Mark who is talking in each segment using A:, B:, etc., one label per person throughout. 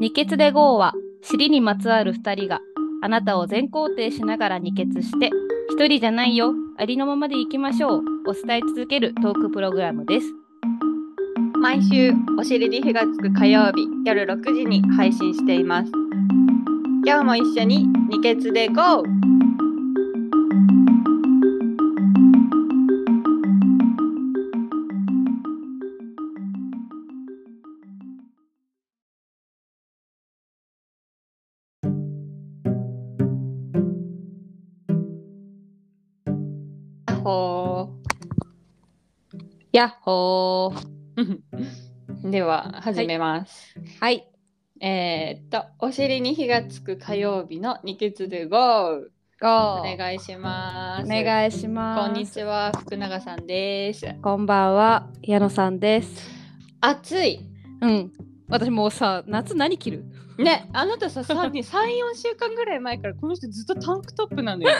A: 二血で GO は尻にまつわる2人があなたを全肯定しながら二血して一人じゃないよありのままでいきましょうを伝え続けるトークプログラムです
B: 毎週お尻に火がつく火曜日夜6時に配信しています今日も一緒に二血で GO! やっほ
A: やっほー
B: ーでは始めます、
A: はい
B: えー、っとお尻に火がつく火曜日の二血で GO! お
A: GO
B: 願いします
A: お願いします
B: こんにちは福永さんです
A: こんばんは矢野さんです
B: 暑い
A: うん私もうさ夏何着る
B: ねあなたさ34 週間ぐらい前からこの人ずっとタンクトップなのよ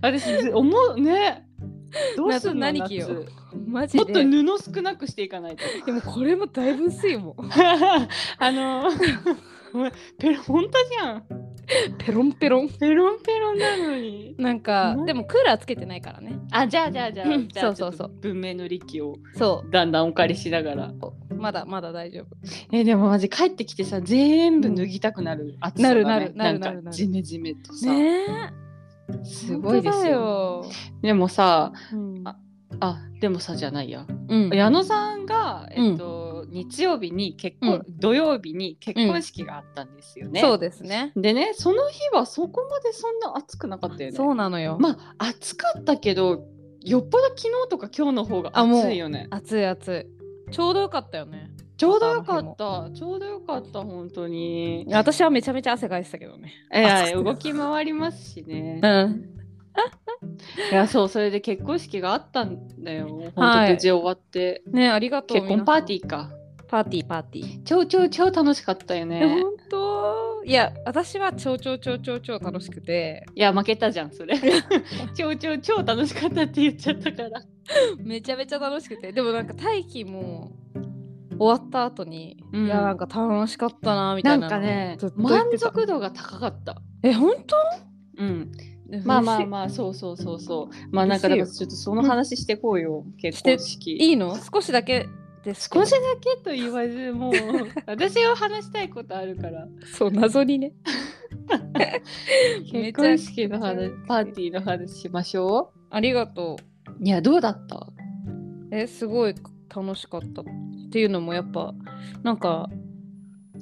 B: 私ず思うねどうすんの
A: 夏何着よ
B: 夏
A: マジ
B: もっと
A: で
B: 布少なくしていかないと
A: でもこれもだいぶ薄いもん
B: あの ペロ本当じゃん
A: ペロンペロン
B: ペロンペロンなのに
A: なんか
B: うん
A: でもクーラーつけてないからね
B: あじゃあじゃあじゃあ
A: うん
B: じゃあ
A: そうそうそう
B: ちょっと文明の利器を
A: そ
B: だんだんお借りしながら
A: うまだまだ大丈夫
B: えでもマジ帰ってきてさ全部脱ぎたくなる暑さが、ね、
A: なるなるなるなる
B: ん
A: な
B: か
A: る
B: ジメジメとさ、
A: ね
B: すごいですよ
A: よ
B: でもさ
A: うん
B: ああでもさじゃないや、
A: うん
B: 矢野さんが、
A: うん
B: えっと日曜日に結婚、土曜日に結婚式があったんですよね。
A: そうですね
B: でねその日はそこまでそんな暑くなかったよね。
A: そうなのよ、
B: まあ暑かったけどよっぽど昨日とか今日の方が
A: あもう
B: 暑いよね。
A: 暑い暑いちょうどよかったよね
B: ちょうどよかったちょうどよかった本当に。
A: 私はめちゃめちゃ汗かいてたけどね
B: いや
A: 暑かった
B: 動き回りますしね。
A: うん
B: いやそうそれで結婚式があったんだよ。本
A: は
B: 当
A: い
B: 無事終わって、
A: ねありがとう
B: 結婚パーテ
A: ィー
B: ィーか。
A: パーティーパーティー
B: 超超超楽しかったよ
A: え
B: ね。
A: 本当いや私は超超超超超楽しくて
B: いや負けたじゃんそ れ。超超超楽しかったって言っちゃったから。
A: めちゃめちゃ楽しくてでもなんか大気も終わった後に、
B: うん
A: いやなんか楽しかったなみた
B: ないん
A: なの
B: かね
A: ずっと言っ
B: 満
A: てた
B: 足度が高かった。
A: え本当
B: うん。まあまあ
A: 嬉し
B: まあそうそうそうそう。まあなんかだ
A: 嬉しいよ
B: からちょっとその話してこうよ結婚式。
A: いいいの少しだけですけど
B: 少しだけと言わずもう私は話したいことあるから
A: そう謎にね
B: 結婚式の話パーティーの話しましょ
A: ありがとう
B: ういやどうだった
A: えすごい楽しかったっていうのもやっぱなんか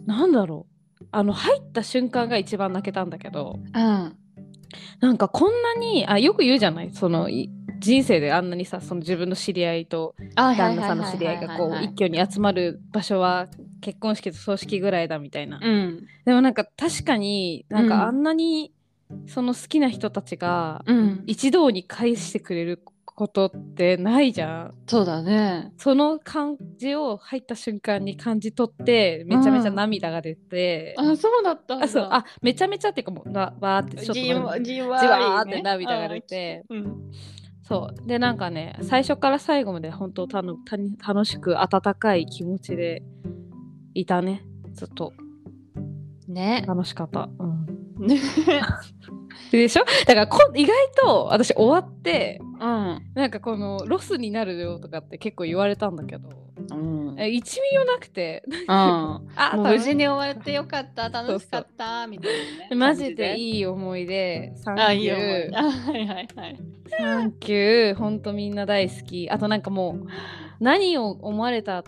A: なんだろうあの入った瞬間が一番泣けたんだけど
B: うん
A: なんかこんなにあよく言うじゃないそのい人生であんなにさその自分の知り合いと
B: あ
A: 旦那さんの知り合いがこう一挙に集まる場所は結婚式と葬式ぐらいだみたいな、
B: うん
A: でもなんか確かになん
B: うん
A: かあんなにその好きな人たちが
B: うん
A: 一堂に会してくれることってないじゃん
B: そうだね
A: その感じを入った瞬間に感じ取ってめちゃめちゃ涙が出て、
B: あそうだったんだ
A: あそうあめちゃめちゃっていうかもうなわーってちょっと
B: じんわじんわ
A: じわー
B: わ
A: って涙が出て
B: うん
A: そうでなんかね最初から最後まで本当たのたに楽しく温かい気持ちでいたねずっと
B: ね
A: 楽しかった、うん、
B: ね
A: でしょだからこ意外と私終わって
B: うん
A: なんかこのロスになるよとかって結構言われたんだけど
B: うん
A: え1ミリもなくてあ
B: もう
A: 楽
B: 無
A: し
B: 事に終わってよかった楽しかったみたいなね
A: マジで
B: い
A: いい思い出サン
B: あいい
A: キ
B: よ
A: ュ
B: もう
A: ー
B: あ はいはいはい
A: サンキューほんとみんな大好きあとなんかもう何を思われた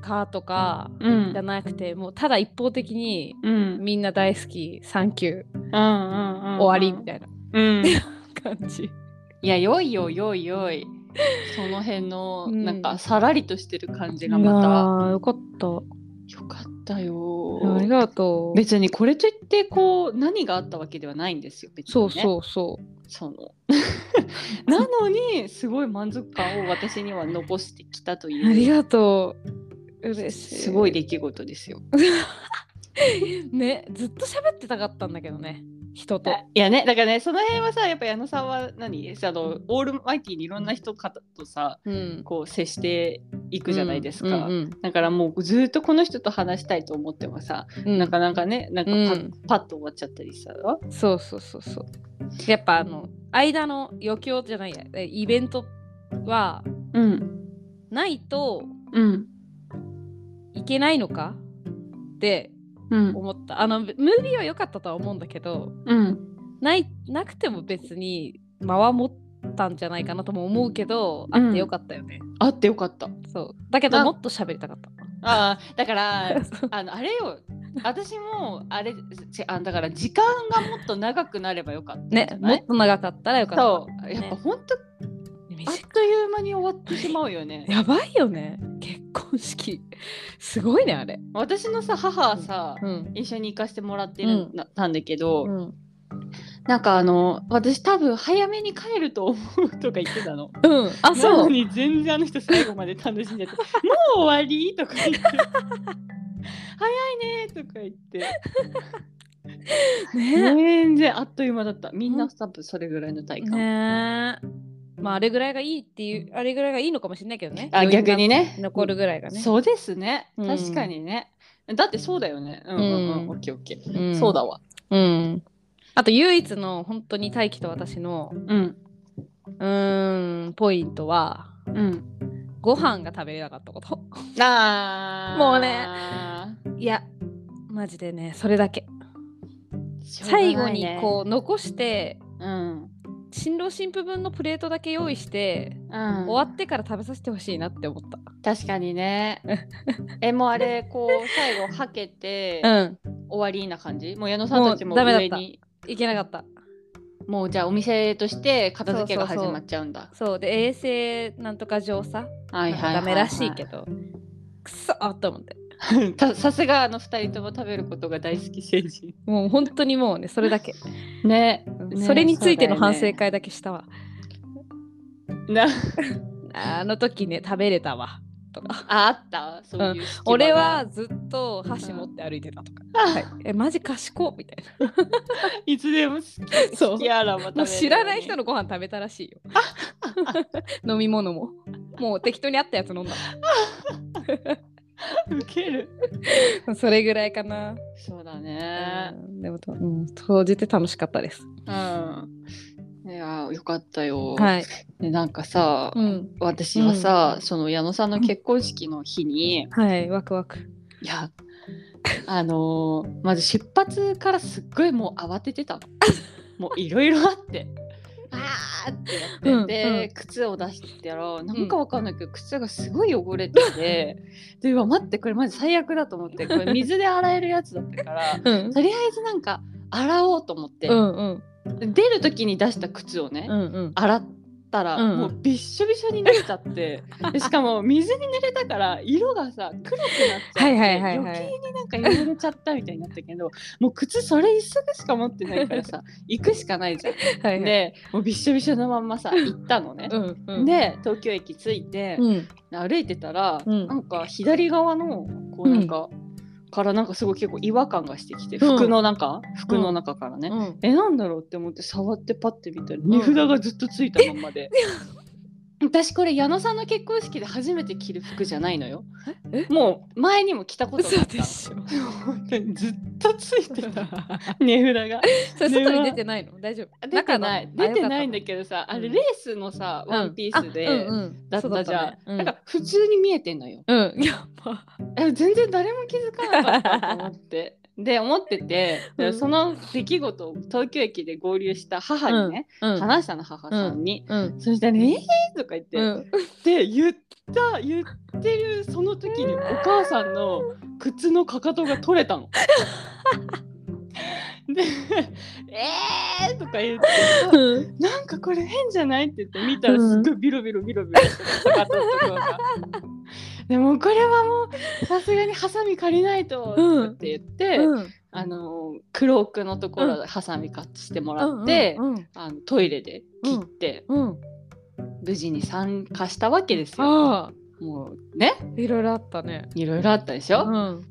A: かとか
B: うん
A: じゃなくて、もうただ一方的に
B: うん
A: みんな大好きサンキュー
B: うんうんうんうん
A: 終わりみたいな
B: うんい
A: 感じ
B: や良いよ良い 良いその辺の
A: うん
B: なんかさらりとしてる感じが
A: いや
B: ま
A: ーよかった
B: たよかった
A: あり
B: よ
A: がとう、
B: 別にこれといってこう何があったわけではないんですよ別に
A: そ
B: ね
A: うそうそう
B: その なのにすごい満足感を私には残してきたと
A: あり
B: いう
A: がとう嬉しい
B: すごい出来事ですよ
A: ねずっと喋ってたかったんだけどね人と。
B: いやねだからねその辺はさやっぱ矢野さんは何あのオールマイティーにいろんな人かとさ
A: うん。
B: こう接していくじゃないですか、
A: うんうん
B: だからもうずっとこの人と話したいと思ってもさ
A: うん
B: なかなかねなんかパッ,、
A: うん
B: パッと終わっちゃったりさ
A: そうそうそうそう。やっぱあの間の余興じゃないやえイベントは
B: うん
A: ないと
B: うん
A: いけないのかって
B: うん
A: 思った。あのムービーは良かったとは思うんだけど
B: うん
A: ないなくても別に間は持ったんじゃないかなとも思うけどあ
B: うん
A: ってよかったよね。
B: あってよかった
A: そうだけど
B: な
A: もっと喋りたか った。
B: ああだから
A: そう
B: あのあれよ私もあれちあだから時間がもっと長くなればよかったんじゃ
A: ね
B: な
A: も
B: い
A: っと長かったらよかった。
B: そうやっぱ
A: ね
B: ほんとあっ
A: 短い
B: という間に終わってしまうよ ね
A: やばいよね結婚式すごいねあれ。
B: 私のさ母はさ、
A: うん。
B: 一緒に行かせてもらってるんだ、たんだけど、
A: うん
B: なんかあの私多分早めに帰ると思うとか言ってたの。
A: うん、あ
B: な
A: そ
B: の
A: う。
B: に全然あの人最後まで楽しんじゃ って「もう終わり?」とか言って「早いね」とか言って
A: ね
B: 全然あっという間だったみんな多分それぐらいの体感、
A: ねまああれぐらいがいいっていうあれぐらいがいいのかもしれないけどね。
B: あ
A: 余韻が
B: 逆にね
A: 残るぐらいがね。
B: そうですね
A: うん
B: 確かにね、だってそうだよねうんうんうん、
A: うん
B: オッケーオッケー、
A: うん
B: そうだわ
A: うん。あと唯一の本当に大輝と私の
B: うん
A: うーんポイントは
B: うん
A: ご飯が食べれなかったこと。
B: あー
A: もうねいやマジでねそれだけ。
B: しょうがない
A: 最
B: ね
A: 後にこう残して
B: うん、
A: 新郎新婦分のプレートだけ用意して、
B: うん、
A: 終わってから食べさせてほしいなって思っ
B: 確か にねえもうあれこう最後はけて、
A: た。うん。
B: 終わりな感じもう矢野さんたちも
A: もうダメだっ
B: 上
A: た
B: に
A: いけなかった。
B: もうじゃあお店として片付けが
A: そうそう
B: 始
A: そう
B: まっちゃうんだ
A: そうで衛生なんとか上さ
B: はいはいはい、はい、
A: ダメらしいけど、くそーと思って。
B: どさすがあの二人とも食べることが大好き成 人
A: もう本当にもうね、それだけ。
B: ね
A: うんそれについての反省
B: そうだよ
A: 会だけしたわ。
B: ねな
A: あの時ね、食べれたわ。とか。
B: ああったそういう、
A: 俺はずっと箸持って歩いてたとか。はいえ、マジ賢っみたいな。
B: いつでも好き
A: そう
B: 好きあらば食べるよね
A: もう知らない人のご飯食べたらしいよ。飲み物も。もう適当にあったやつ飲んだ。
B: ウケる
A: それぐらいかな。
B: そうだね
A: うんでも、とうん、当じて楽しかったです。
B: うん、いやーよかったよ、
A: はい。
B: でなんかさ、
A: うん。
B: 私はさ、
A: うん
B: その矢野さんの結婚式の日に、
A: はい、ワクワク。
B: いやあのーまず出発からすっごいもう慌てて たのもういろいろあってあーってやって、
A: うん
B: で、
A: う
B: 靴を出したらなんかわかんないけど靴がすごい汚れてて、でうわ待ってこれマジ最悪だと思ってこれ水で洗えるやつだったから
A: うん。
B: とりあえずなんか洗おうと思って、
A: うんうん。
B: 出る時に出した靴をね、
A: うんうん。
B: 洗ったら、
A: うん
B: もうびっしょびしょになっちゃってでしかも水に濡れたから色がさ黒くなっちゃって
A: はいはいはいはい
B: 余計になんか汚れちゃったみたいになったけどもう靴それ一足しか持ってないからさ行くしかないじゃん。
A: はいはい。
B: でもうびっしょびしょのまんまさ行ったのね。
A: うんうん。
B: で東京駅着いて
A: う、ん。
B: 歩いてたら、
A: うん
B: なんか左側のこうなんか、からなんかすごい結構違和感がしてきて服の中、服の中からね。
A: うん。
B: えなんだろうって思って触ってパッて見たら値札がずっとついたまんま で、私これ矢野さんの結婚式で初めて着る服じゃないのよ
A: え
B: もう前にも着たことがあ
A: 嘘
B: っ
A: で
B: た
A: しょ。
B: 本当 にずっとついてた 値札が
A: それ外に出てないの大丈夫
B: 出てない出てないんだ
A: け
B: けどさあれ
A: うん
B: レースのさ、ワンピースで、だったじゃん、
A: うん
B: なんか普通に見えてんのよ
A: うんうんやっぱ
B: え全然誰も気づかなかったと思って。 で思ってて、
A: う
B: で
A: ん
B: その出来事を東京駅で合流した母にね、
A: うん
B: 話したの母さんに、
A: うん
B: そしたら「えー!」とか言って、
A: うん
B: で言った言ってるその時にお母さんの靴のかかとが取れ たの。で「えー!」とか言って
A: うん
B: なんかこれ変じゃないって言って見たらすっごいビロビロビロビロしてかかとのとこ ろが。でもうこれはもうさすがにハサミ借りないと
A: うん
B: って言って、
A: うん
B: あのクロークのところでハサミ買ってしてもらって、
A: うん
B: あのトイレで切って、
A: うんうん
B: 無事に参加したわけですよ。
A: ああ
B: もうね
A: いろいろあったね
B: いろいろあったでし
A: う
B: ょ、
A: ん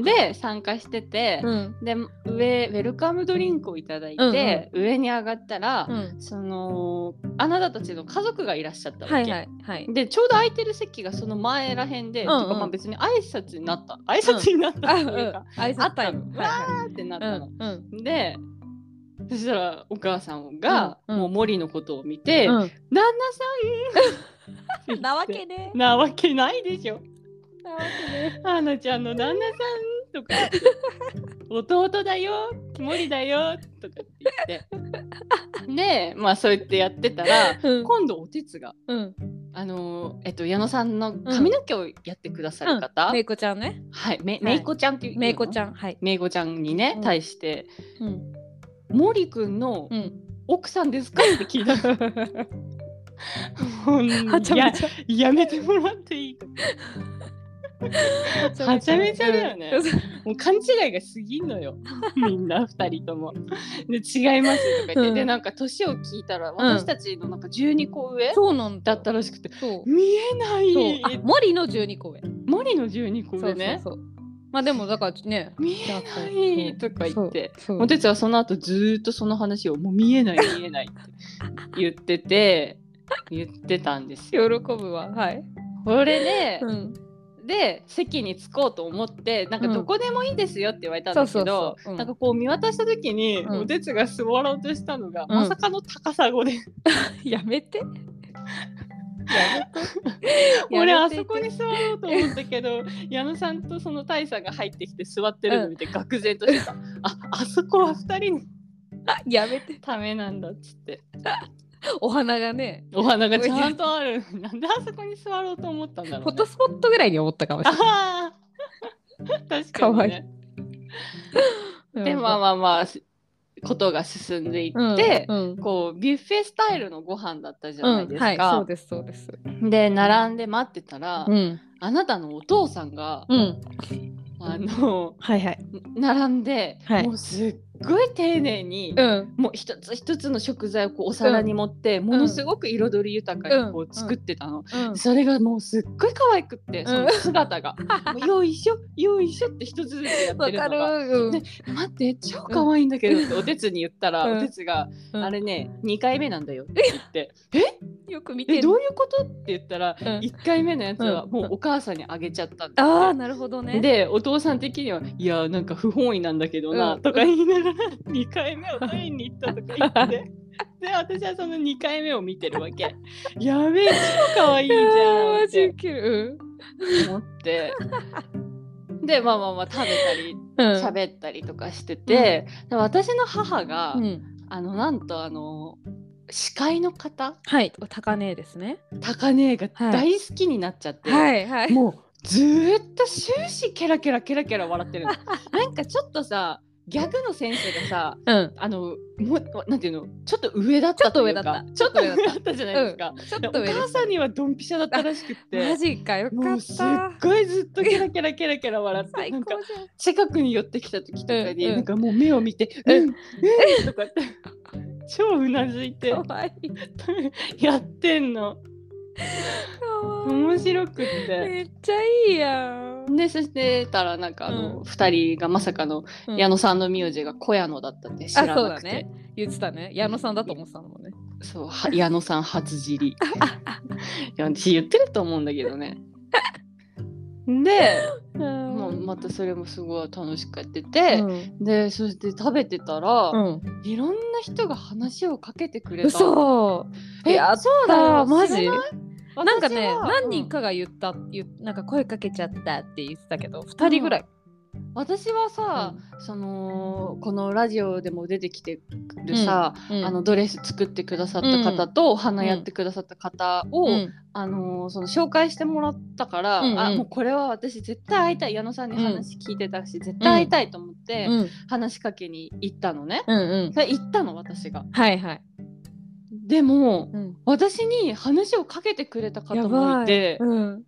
B: で参加してて、
A: うん
B: で上ウェルカムドリンクをいただいて、上に上がったら、
A: うん
B: そのあなたたちの家族がいらっしゃったわけ、
A: はいはいはい
B: でちょうど空いてる席がその前らへんで、
A: うんうん
B: てかまあ別に挨拶になった挨拶になったっていうか、
A: 挨
B: あっ
A: 拶タ
B: た
A: イ
B: の
A: ム
B: わ
A: は
B: ーってないっ
A: は
B: た
A: い
B: の、
A: うんうん
B: でそしたらお母さんが、
A: うんうん
B: もう森のことを見て「
A: うん
B: 旦那 さん! 」
A: なわけね
B: なわけないでしょ
A: なわけね
B: アーナちゃんの旦那さんとか 弟だよ森だよとかって言ってでまあそうやってやってたら
A: うん
B: 今度おてつが
A: うん
B: あのーえっと矢野さんの髪の毛をやってくださる方、
A: めいこちゃんね
B: はいめ
A: い
B: めいこちゃんっていう
A: めいこち
B: ゃん
A: ゃんはい
B: めいこちゃんに
A: う
B: ね
A: ん
B: 対して
A: うん
B: 「森くんの
A: うん
B: 奥さんですか?」って聞いた ほん
A: はちゃめ
B: や
A: ちゃ
B: やめてもらっていいかはちゃめちゃだよね
A: うん
B: もう勘違いが過ぎん のよみんな二人とも。で違いますとか言って、
A: うん
B: でなんか年を聞いたら私たちのなんか12個上
A: そうなん
B: だ
A: だ
B: ったらしくて
A: そう
B: 見えな
A: そう
B: い
A: あ森の12個上
B: 森の12個
A: そうそ
B: 上
A: う
B: ね
A: そうまあでもだからね
B: 見えないとか言って
A: そう
B: おてつはその後ずーっとその話をもう見えない見えないって言ってて言ってたんです
A: 喜
B: よ。
A: ぶわはい
B: これで、
A: うん
B: で席に着こうと思ってなんか
A: うん
B: どこでもいいですよって言われたんですけ
A: そう
B: ど、
A: そうそううん
B: なんかこう見渡した時に、
A: うん
B: おてつが座ろうとしたのが、
A: ん
B: まさかの高砂語で、
A: やめてやめて
B: 俺あそこに座ろうと思ったけど矢野さんとその大佐が入ってきて座ってるの見て愕然としてた、ああそこは2人の
A: やめて
B: ためなんだっつって
A: お花がね
B: お花がちゃんとあるなんであそこに座ろうと思ったんだろう、ね、
A: フォトスポットぐらいに思ったかもしれない
B: あー確かに、ね、
A: かわいいうん
B: でまあまあまあすことが進んでいって、
A: うんうん
B: こうビュッフェスタイルのご飯だったじゃ
A: う
B: ない
A: ん
B: です
A: はい
B: か。
A: そうですそうです
B: で並んで待ってたら、
A: うん
B: あなたのお父さんが、
A: うん
B: あの
A: はいはい
B: 並んで、
A: はい
B: もうすっごい丁寧に、
A: うん
B: もう一つ一つの食材をこうお皿に盛って、ものすごく彩り豊かに
A: う
B: こ
A: ん
B: う作ってたの、
A: うん
B: それがもうすっごい可愛くって、
A: ん
B: その姿が「もうよいしょよいしょ」って一つずつやって
A: わ
B: る
A: か
B: の
A: る
B: が。
A: うん
B: で待って超可愛いんだけどっておてつに言ったら、
A: うん
B: おてつが、
A: うん
B: あれね2回目なんだよって言って「え
A: よく見て
B: え
A: る
B: どういうこと?」って言ったら、
A: うん
B: 一1回目のやつは
A: うん
B: もうお母さんにあげちゃったんだ
A: ああ
B: って
A: なるほどね
B: でお父さん的には「いやーなんか不本意なんだけどな」
A: うん
B: とか言いながら2回目を取りに行ったと か言って。で私はその2回目を見てるわけやべえ超可愛いじ
A: あー
B: ゃん
A: マ
B: っ
A: ジウ
B: て
A: ケる
B: 思ってでまあまあまあ食べたり
A: うんうん
B: 喋ったりとかしてて、で私の母が、
A: うん
B: あのなんとあの司会の方
A: はい高値ですね
B: 高姉が大好きになっちゃって、
A: はいはい
B: もうずーっと終始ケラケラケラケラ 笑ってるのなんかちょっとさギャグの先生がさ
A: うん
B: あのもなんていうのちょっと上だったというか
A: ちょっと上だった
B: ちょっと上だったじゃないですか、
A: ちょっと上
B: でお
A: で
B: 母さんにはドンピシャだったらしくっ
A: す マ
B: て
A: ジかよか
B: もう
A: っ
B: すったごいずっとケラケラケラケラ笑って
A: 最
B: なん
A: 高
B: か
A: じゃん
B: 近くに寄ってきた時とかに、
A: うんうん
B: なんかもう目を見て「う
A: うんん
B: うん」とかって超うなずいて
A: かわいい。
B: やってんの
A: かわいい。
B: 面白くって。
A: めっちゃいいやん。
B: でそしてたらなんかあ
A: う
B: の、二人がまさかの
A: うん
B: 矢野さんの名字が小屋野だったって知らなくて、
A: あそうだね言ってたね。矢野さんだと思ってたのもんね。
B: そうは矢野さん初尻いや私言ってると思うんだけどねで、も
A: も
B: うまたそれもすごい楽しくやって
A: う
B: て、
A: ん。
B: でそして食べてたら、
A: うん。
B: いろんな人が話をかけてくれた
A: 嘘。
B: え
A: やった
B: そうだよ
A: マ
B: 知
A: ジ
B: らない
A: なんかね、
B: 私は
A: 何人かが言った、言っなんか声かけちゃったって言ってたけど、二人ぐらい。
B: うん私はさ、そのこのラジオでも出てきてるさ、
A: うん
B: あの、ドレス作ってくださった方と、お花やってくださった方を、
A: うん
B: あのーその紹介してもらったから、
A: うんうん
B: あもうこれは私絶対会いたい矢野さんに話聞いてたし、絶対会いたいと思って
A: うん。
B: 話しかけに行ったのね。
A: うんうん。
B: で行ったの私が。
A: はいはい。
B: でも
A: うん。
B: 私に話をかけてくれた方もいて
A: うん。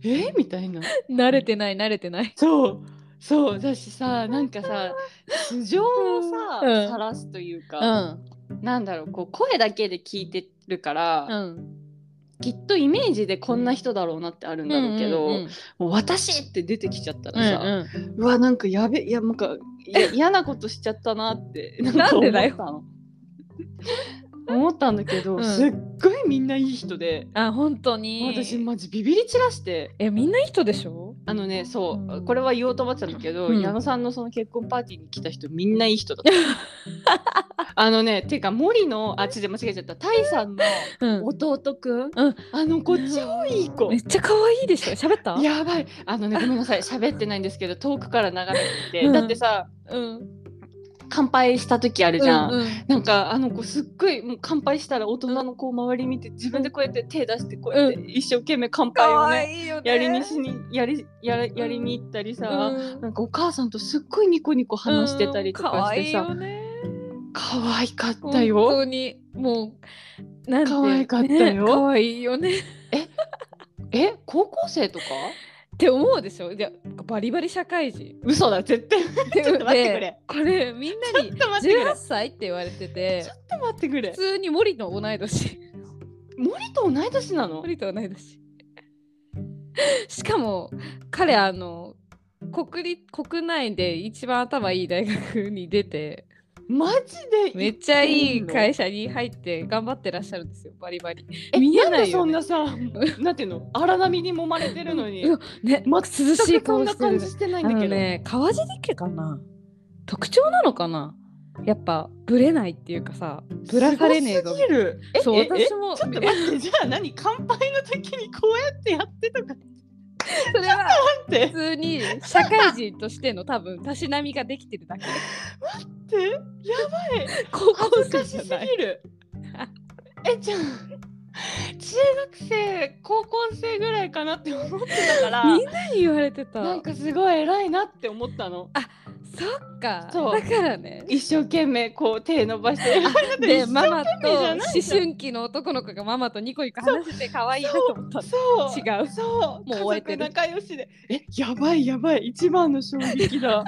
B: えみたいな。
A: 慣れてない慣れてない。
B: そうそうだしさなんかさ素性をさ
A: うん
B: 晒すという
A: う
B: か、
A: ん。
B: なんだろうこう声だけで聞いてるから、
A: うん。
B: きっとイメージでこんな人だろうなってあるんだろうけど、
A: うんうんうん
B: もう私って出てきちゃったらさ、う
A: うんうん
B: わなんかやべいやなんかや嫌なことしちゃったなってなんか
A: なん
B: 思
A: で
B: った
A: だよ
B: の。思ったんだけど、
A: うん
B: すっごいみんないい人で、
A: あ本当に
B: 私マジビビり散らして
A: えみんないい人でしょ
B: あのねそううんこれは言おうと思ってたんだけど、
A: うん
B: 矢野さんのその結婚パーティーに来た人みんないい人だった あのねてか森のあちょっと間違えちゃったタイさんの
A: うん
B: 弟くん、
A: うん
B: あの子超いい子
A: めっちゃ可愛いでしょ喋った
B: やばいあのねごめんなさい喋ってないんですけど遠くから眺めていて、
A: うん
B: だってさ
A: うん
B: 乾杯した時あるじゃん、
A: うんうん
B: なんかあの子すっごいもう乾杯したら大人の子を周り見て自分でこうやって手出してこうやって一生懸命乾杯をね、
A: いいよ
B: やりにしにやりやりやりに行ったりさ、
A: うん
B: なんかお母さんとすっごいニコニコ話してたりとか
A: うん可愛い
B: してさ
A: よね
B: 可愛かった
A: 本
B: よ
A: 当にもうなんて
B: 可愛かったよ
A: ね可愛いよねっ
B: え高校生とか
A: て思うでしょいやバリバリ社会人
B: 嘘だ絶対
A: で
B: ちょっと待ってくれ
A: でこれみんなに
B: ちょっと待ってくれ
A: 18歳って言われてて
B: ちょっと待ってく
A: 普
B: れ
A: 通に森の同い年
B: 森と同い年なの
A: 森と同い年 しかも彼あの国立国内で一番頭いい大学に出て
B: マジで
A: めっちゃいい
B: 行ってんの
A: 会社に入って頑張ってらっしゃるんですよバリバリ
B: え
A: 見えないよ
B: ん
A: ね
B: でそんなさ、なんていうの、荒波に揉まれてるのに、
A: うわね涼
B: 全
A: しい
B: くそ
A: 顔
B: んな
A: してる
B: 感じしてないん
A: あ
B: だ
A: の
B: けど。
A: ね川尻家かな特徴なのかなやっぱブレないっていうかさぶらされねえぞ
B: すごすぎる。え、
A: そう
B: ええ
A: 私も
B: ちょっと待って、じゃあ何、乾杯の時にこうやってやってとかっ
A: それは
B: て
A: 普。通 に社会人としての多分たしなみができてるだけ
B: って、やばい。
A: 高
B: 恥
A: 校
B: ず
A: 生
B: か
A: じ
B: し
A: ゃ
B: す
A: ない
B: ぎる。え、じゃあ、中学生、高校生ぐらいかなって思ってたから
A: みん、なに言われてた
B: なんかすごい偉いなって思ったの。
A: そっか
B: そう
A: だからね
B: 一生懸命こう手伸ばし
A: で
B: て。一生懸命
A: ママと
B: じゃ
A: 思
B: ないじゃん
A: 春期の男の子がママとニコニコ話してて可愛いなと思ったの
B: そ
A: 違
B: う。
A: う
B: そ
A: も
B: う。
A: う終えてる
B: 家族仲良しで。え、やばいやばい。一番の衝 撃だ。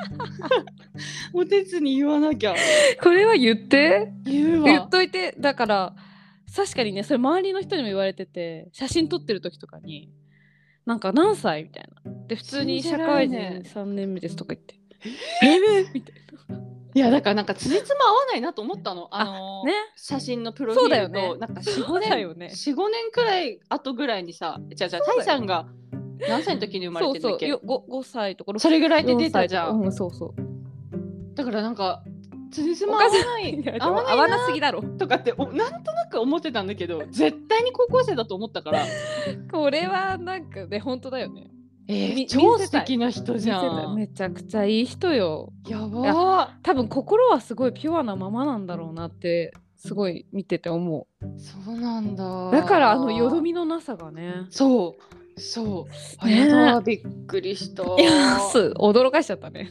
B: おてつに言わなきゃ。
A: これは言って
B: 言う
A: 言っ
B: わ。
A: といてだから確かにねそれ周りの人にも言われてて写真撮ってる時とかになんか何歳みたいなで普通に
B: 信
A: 社
B: じられ
A: 会
B: ね
A: 人
B: え
A: 3年目ですとか言ってえ ーみたい
B: いやだからなんかつじつま合わないなと思ったの。あのー
A: なね
B: 写真のプロフィ
A: そ
B: ール
A: うだよ
B: と
A: ね
B: なんか四
A: そ
B: 五
A: うだ
B: 年
A: よね
B: 四五年くらい後ぐらいにさ、じゃじゃ
A: そうだよ
B: タイさんが何歳の時に生まれて
A: そうんそ
B: るだっ
A: う
B: け
A: よ。ご 5, 歳とか
B: それぐらいで
A: 出
B: 出たじゃん。
A: うんそうそう
B: だからなんかつじつま合わないい
A: やでも
B: 合わない
A: 合わ
B: な
A: なすぎだろ
B: とかっておなんとなく思ってたんだけど、絶対に高校生だと思ったから。
A: これはなんかね本当だよね
B: えー、
A: み
B: 超
A: 見せ
B: 素
A: たい
B: 敵な人じゃん。
A: めちゃくちゃいい人よ
B: やば
A: 多分心はすごいピュアなままなんだろうなってすごい見てて思
B: ー。そうなんだ。
A: うだからあのよど。みのなさがね
B: そう。そう。あ
A: ねえ
B: れはびっくりした。
A: いやす驚かしちゃったね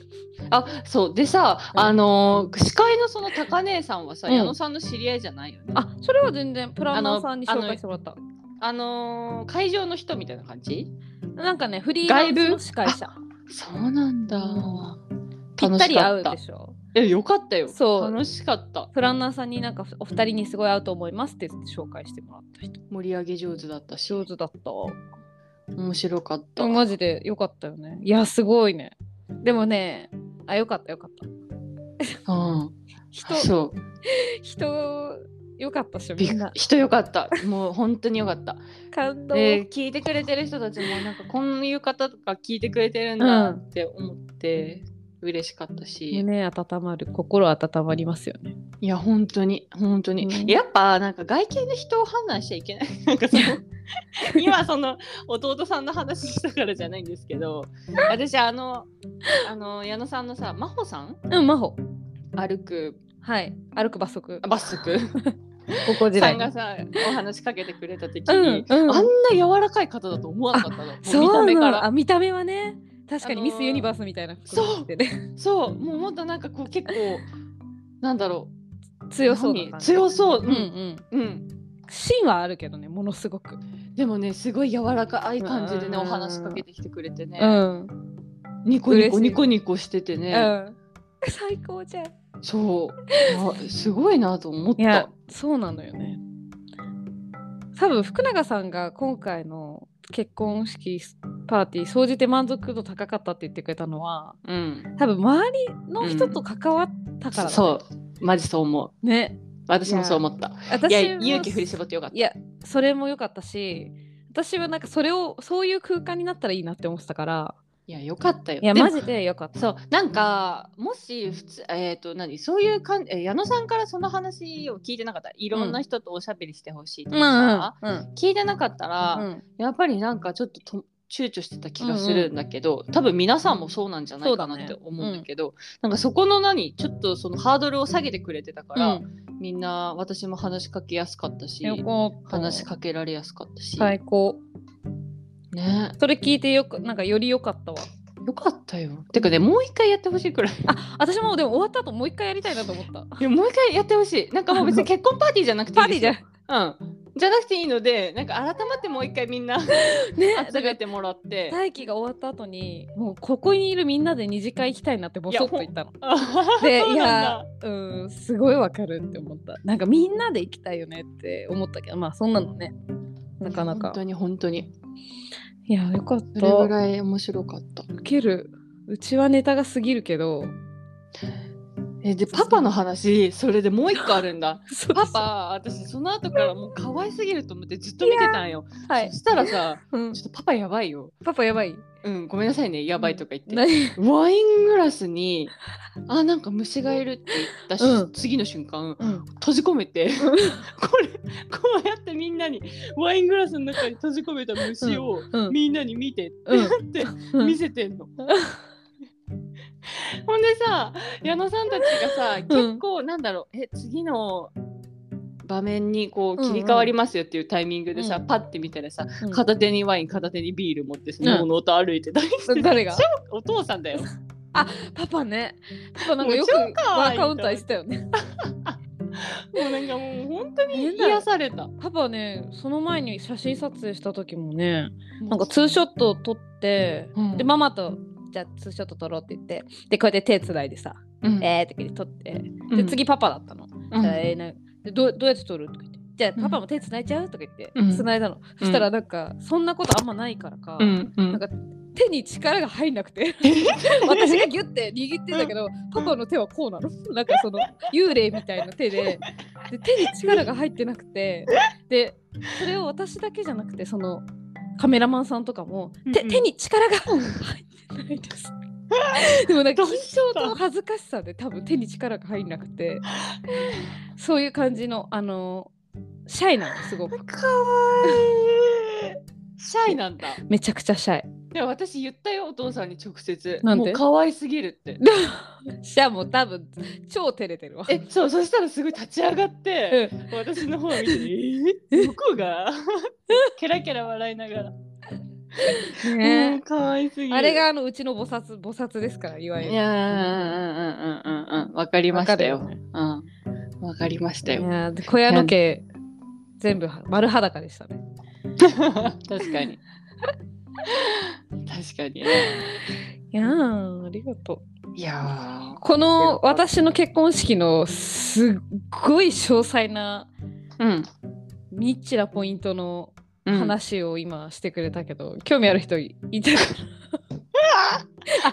B: あ、そう。でさ、あのー司会のその高姉さんはさ、
A: うん
B: 矢野さんの知り合いじゃないよね。
A: あそれは全然プランナーさんに
B: あの
A: 紹介してもらった
B: あのー会場の人みたいな感じ
A: なんかねフリーランスの司会者
B: そうなんだ
A: うん。ぴっ
B: 楽
A: た
B: し
A: り合
B: か
A: う
B: った
A: で。しょ
B: え、よかったよ。
A: そう
B: 楽しかった。
A: プランナーさんになんかお二人にすごい合うと思いますって言って紹介してもらった人
B: 盛り上げ上手だったし、
A: 上手だった
B: 面白かった。
A: マジでよかったよね。いや、すごいね。でもね、あ、よかったよかった。
B: うん。
A: 人、
B: そう。
A: 人、よかったっしょ、
B: び
A: み
B: っ
A: んな。
B: 人よかった。もう本当によかった。
A: 感動。
B: で聞いてくれてる人たちもなんかこういう方とか聞いてくれてるんだって思って嬉しかったし、
A: 胸温まる、心温まりますよね。
B: いや本当に本当に、
A: うん
B: やっぱなんか外見で人を判断しちゃいけないなんかそ の今その弟さんの話したからじゃないんですけど私あのあの矢野さんのさ真帆さん
A: うん、真帆。
B: 歩く
A: はい。歩く罰則。
B: バスク
A: 高校時
B: さ
A: 代
B: ん
A: の。
B: がさお話しかけてくれた時
A: う
B: に
A: ん、、うん。
B: あんな柔らかい方だと思わなかったのもう
A: そう
B: 見た
A: な
B: 目
A: の
B: から
A: あ、見た目はね。確かに
B: あの
A: ミ
B: ー
A: スユニバースみたいな服
B: そ
A: 着
B: う
A: てね。
B: そうもうもっとなんかこう結構なんだろう
A: 強そうな
B: 何
A: 感じ。
B: 強そうう、
A: うんうんん。
B: うん
A: 芯はあるけどね、ものすごく。
B: でもねすごい柔らかい感じでね
A: うん
B: お話しかけてきてくれてね、
A: うん。
B: ニコニコ
A: 嬉しい
B: ニコニコしてて
A: う
B: ね、
A: ん。 最高じゃん。
B: そうあすごいなと思っ
A: いや
B: た、
A: そうなのよね。多分福永さんが今回の結婚式パーティー総じて満足度高かったって言ってくれたのは
B: うん、
A: 多分周りの人と関わったからだね、
B: そうマジそう思う
A: ね
B: 私もそう思ったい
A: 私
B: や
A: は
B: 勇気振り絞ってよかっ
A: いやそれも良かったし私はなんかそれをそういう空間になったらいいなって思ってたから
B: たいやよかったよ
A: いや
B: でも
A: マジで良かった
B: そうなんかもし普通えっ、と何そういうかんえ矢野さんからその話を聞いてなかったいろんな人とおしゃべりしてほしいと
A: う
B: か
A: んうん
B: さ、
A: うん
B: 聞いてなかったら、
A: うん
B: やっぱりなんかちょっとと躊躇してた気がするんだけど、多分皆さんもそうなんじゃないかな
A: そう
B: っ
A: だ
B: て
A: ね
B: 思うんだけどなんかそこの何ちょっとそのハードルを下げてくれてたから、
A: うん
B: みんな私も話しかけやすかったし
A: よかった
B: 話しかけられやすかったし、
A: 最高
B: ね
A: それ聞いてよくなんかより良かったわ
B: よかったよ。てかねもう一回やってほしいく らい
A: あ私もでも終わった後もう一回やり たいなと思った
B: いやもう一回やってほしいなんかもう別に結婚パーティーじゃなくてい
A: パー
B: い
A: ティーじゃん
B: ーじゃん、うん、じゃなくていいのでなんか改まってもう一回み んな
A: ね
B: 集めてもらって
A: 大輝が終わった後にもうここにいるみんなで二次会行きたいなってボソッと言ったの。で
B: そう
A: い
B: な
A: や
B: んだ
A: うんすごいわかるって思ったなんかみんなで行きたいよねって思ったけどまあそんなのねなかな
B: 本
A: か
B: 当に本当に
A: いやよかっ
B: それぐ
A: た
B: らい面白かった
A: ウケるうちはネタが過ぎるけど
B: えでパパの話それでもう一個あるん だパ
A: パ
B: パ私その後からもう可愛すぎると思ってずっと見てたんよ、
A: はい
B: そ、したらさ
A: うん
B: ちょっとパパやばいよ
A: パパやばい
B: うんごめんなさいねやばいとか言って、
A: 何
B: ワイングラスにあなんか虫がいるって言ったし、
A: うん
B: 次の瞬間
A: うん
B: 閉じ込めて これこうやってみんなにワイングラスの中に閉じ込めた虫を
A: うん
B: みんなに見てって
A: うん
B: なっ て
A: うん
B: 見せてんの。ほんでさ矢野さんたちがさ結構なんだろうえ次の場面にこう
A: うんう
B: 切
A: ん
B: り替わりますよっていうタイミングでさ、
A: うん
B: パッて見たらさ
A: うん
B: 片手にワイン片手にビール持ってさ
A: うん
B: のうのうと歩いてたりしてた
A: 誰が
B: 超お父さ んだよ。
A: パパねパパなんかよ
B: もう
A: く
B: 超可愛
A: ワ
B: い
A: ーカウンターしてたよね
B: もうなんかもう本当に
A: 変だよ
B: 癒された。
A: パパねその前に写真撮影した時もねなんかツーショットを撮って、
B: うん
A: でママとじゃあツーショット撮ろうって言ってでこうやって手つないでさ、
B: うん
A: えーって言って撮って
B: うん
A: で、次パパだったの、
B: うん
A: じゃあえーなでどうどうやって撮るとか言ってじゃあパパも手つないちゃうとか言って
B: うん
A: つないだの、そしたらなんかそんなことあんまないからか、
B: うんうん
A: なんか手に力が入んなくて 私がギュッて握ってんだけどパパの手はこうなの なんかその幽霊みたいな手でで手に力が入ってなくてでそれを私だけじゃなくてそのカメラマンさんとかも手
B: うんうん
A: 手に力が入ってないです でもなんか
B: ど
A: 緊
B: うし
A: 張
B: た
A: と恥ずかしさで多分手に力が入んなくてそういう感じのあのシャイなのすごく
B: かわいい。 シャイなんだ。
A: めちゃくちゃシャイ。
B: でも私言ったよお父さんに直接。
A: なん
B: も
A: て
B: う可愛すぎるって。
A: シャもう多分超照れてるわ。
B: え、そう、そしたらすごい立ち上がって、
A: うん
B: 私の方を見て、えー、どこがケラケラ笑いながら。もう
A: ね
B: 可愛すぎる。
A: あれがあのうちの菩薩菩薩ですからいわゆる。
B: いやーうんうんうんうんうんわかりま
A: わ
B: し
A: か
B: た
A: る
B: よ。
A: よ
B: う
A: ね
B: んわかりました
A: い
B: よ。
A: やー小屋の家全部は丸裸でしたね。
B: 確かに。確かにね。
A: いやーありがとう。
B: いや
A: この私の結婚式のすっごい詳細な
B: ーうん。
A: ニッチなポイントの
B: うん
A: 話を今してくれたけど、興味ある人いいたか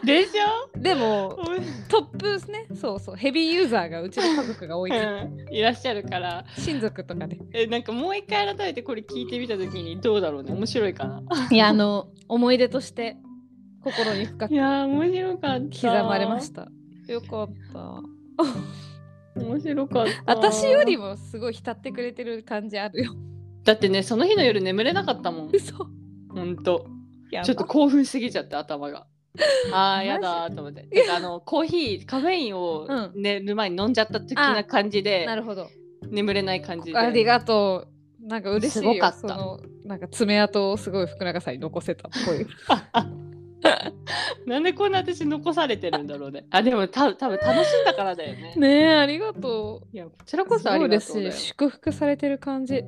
B: でしょ
A: ら でもトップねそうそうヘビーユーザーがうちの家族が多いから
B: うんいらっしゃるから
A: 親族とかね。
B: えなんかもう一回改めてこれ聞いてみたときにどうだろうね面白いかない
A: やあの思い出として心に深く
B: いやー面白かった
A: 刻まれました。よかった。
B: 面白かった
A: 私よりもすごい浸ってくれてる感じあるよ。
B: だってねその日の夜眠れなかったもん
A: 嘘。
B: ほんと
A: やば
B: ちょっと興奮しすぎちゃって頭があ
A: マ
B: ー
A: ジ
B: やだーと思ってなんかあのコーヒーカフェインを
A: うん
B: 寝る前に飲んじゃった的な感じで
A: なるほど。
B: 眠れない感じで
A: ありがとう。なんか嬉しいよ。
B: すごかった
A: そのなんか爪痕をすごい福永さんに残せたっぽい。
B: なんでこんな私残されてるんだろうねあでもた多分楽しんだからだよね
A: ねえありがとう。
B: いやこちらこそありがとうだよ
A: 嬉しい祝福されてる感じ。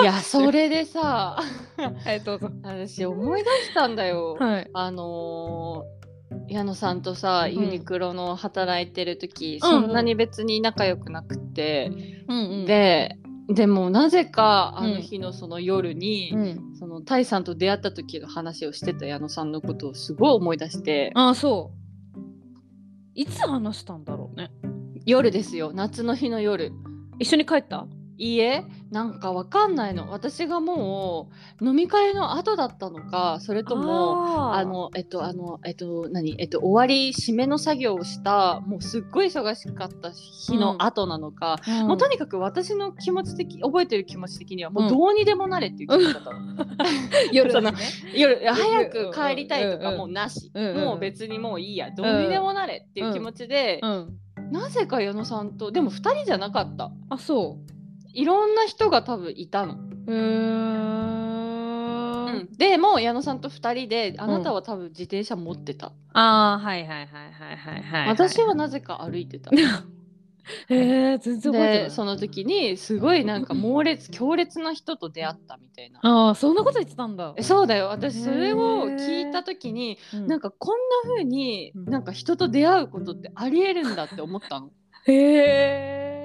B: いやそれでさ
A: はいどうぞ。
B: 私思い出したんだよ、
A: はい。
B: あのー矢野さんとさ、
A: ん
B: ユニクロの働いてる時、
A: うん
B: そんなに別に仲良くなくて、
A: うんうん。
B: ででもなぜか
A: うん
B: あの日のその夜に、
A: うん、
B: そのタイさんと出会った時の話をしてた矢野さんのことをすごい思い出して
A: ああそういつ話したんだろうね
B: 夜ですよ夏の日の夜
A: 一緒に帰った
B: いいえなんかわかんないの私がもう飲み会の後だったのかそれとも
A: あー
B: あのえっとあのえっと何えっと終わり締めの作業をしたもうすっごい忙しかった日の後なのか、
A: うん
B: もうとにかく私の気持ち的覚えてる気持ち的にはもうんうどうにでもなれっていう気持ちだったの、
A: 夜だね
B: その夜早く帰りたいとかもうなし、
A: うんうんうん
B: もう別にもういいやどうにでもなれっていう気持ちで、
A: うん
B: なぜか矢野さんとでも2人じゃなかった
A: あそ
B: いろんな人が多分いたの、
A: うへえうん、
B: でもう矢野さんと2人であなたは多分自転車持ってた、
A: ああはいはいはいはいはいはい
B: 私はなぜか歩いてた
A: へえ全然覚えてない
B: でその時にすごいなんか猛烈強烈な人と出会ったみたいな
A: ああそんなこと言ってたんだ
B: えそうだよ私それを聞いた時になん
A: か
B: かこんな風に
A: うん
B: なんか人と出会うことってありえるんだって 思ったの
A: へ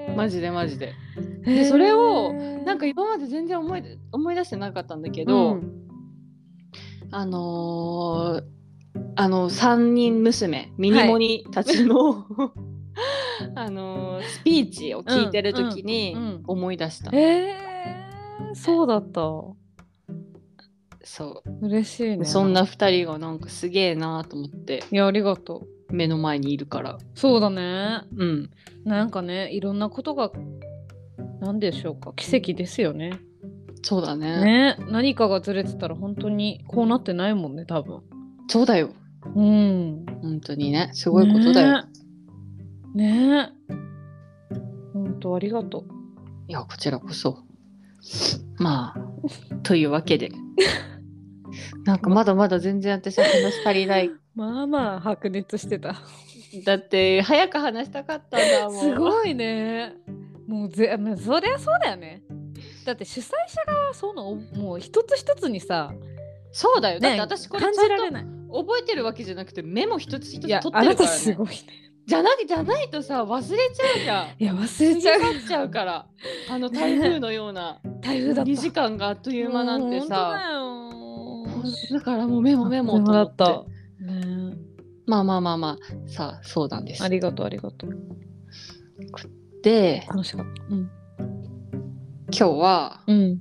A: え
B: マジでマジで
A: へー
B: それをなんか今まで全然思い出思い出してなかったんだけど、
A: うん
B: あのーあの3人娘ミニモニたちの、 あのースピーチを聞いてる時に
A: うんうんうん
B: 思い出した、
A: へえそうだった
B: そ、
A: 嬉しいうね
B: そんな2人がなんかすげえなと思って
A: いやありがとう
B: 目の前にいるから
A: そうだね
B: うん
A: なんかねいろんなことが何でしょうか奇跡ですよね
B: そうだ
A: ね
B: ね
A: 何かがずれてたら本当にこうなってないもんね多分
B: そうだよ
A: うん
B: 本当にねすごいことだよ、
A: ねね本当ありがとう
B: いや、こちらこそ。まあ、というわ けで。なんかまだまだ全然私は話足りない。
A: まあまあ白熱してた
B: だって、早く話したかったんだもん。
A: す
B: い。
A: ごいねもうぜまあそりゃそうだよねだって主催者側はそのもう一つ一つにさ、
B: そうだよ。だっ
A: ね、
B: て私これ
A: 感
B: ち
A: じら
B: ゃ
A: れ
B: ん
A: ない
B: と覚えてるわけじゃなくて、メモ一つ一つ
A: い
B: 取っ
A: や
B: てるか
A: あ
B: ら、ね
A: なたすごいね
B: じゃなき。じゃないとさ、忘れちゃうじゃ ん。
A: いや忘
B: 過
A: れ
B: ぎ
A: ちゃう
B: 去っちゃうから、あの台風のような
A: 台風だった
B: 2時間があっという間なんてさ。
A: もう本当だよ
B: だからもうメモメモと思
A: だ
B: っ
A: ってた。ね
B: まあまあまあまあ、さあ、そうなんで
A: え、あ
B: す。
A: りがとうありがとう。
B: で、
A: 楽しかった。うん。
B: 今日は、
A: うん。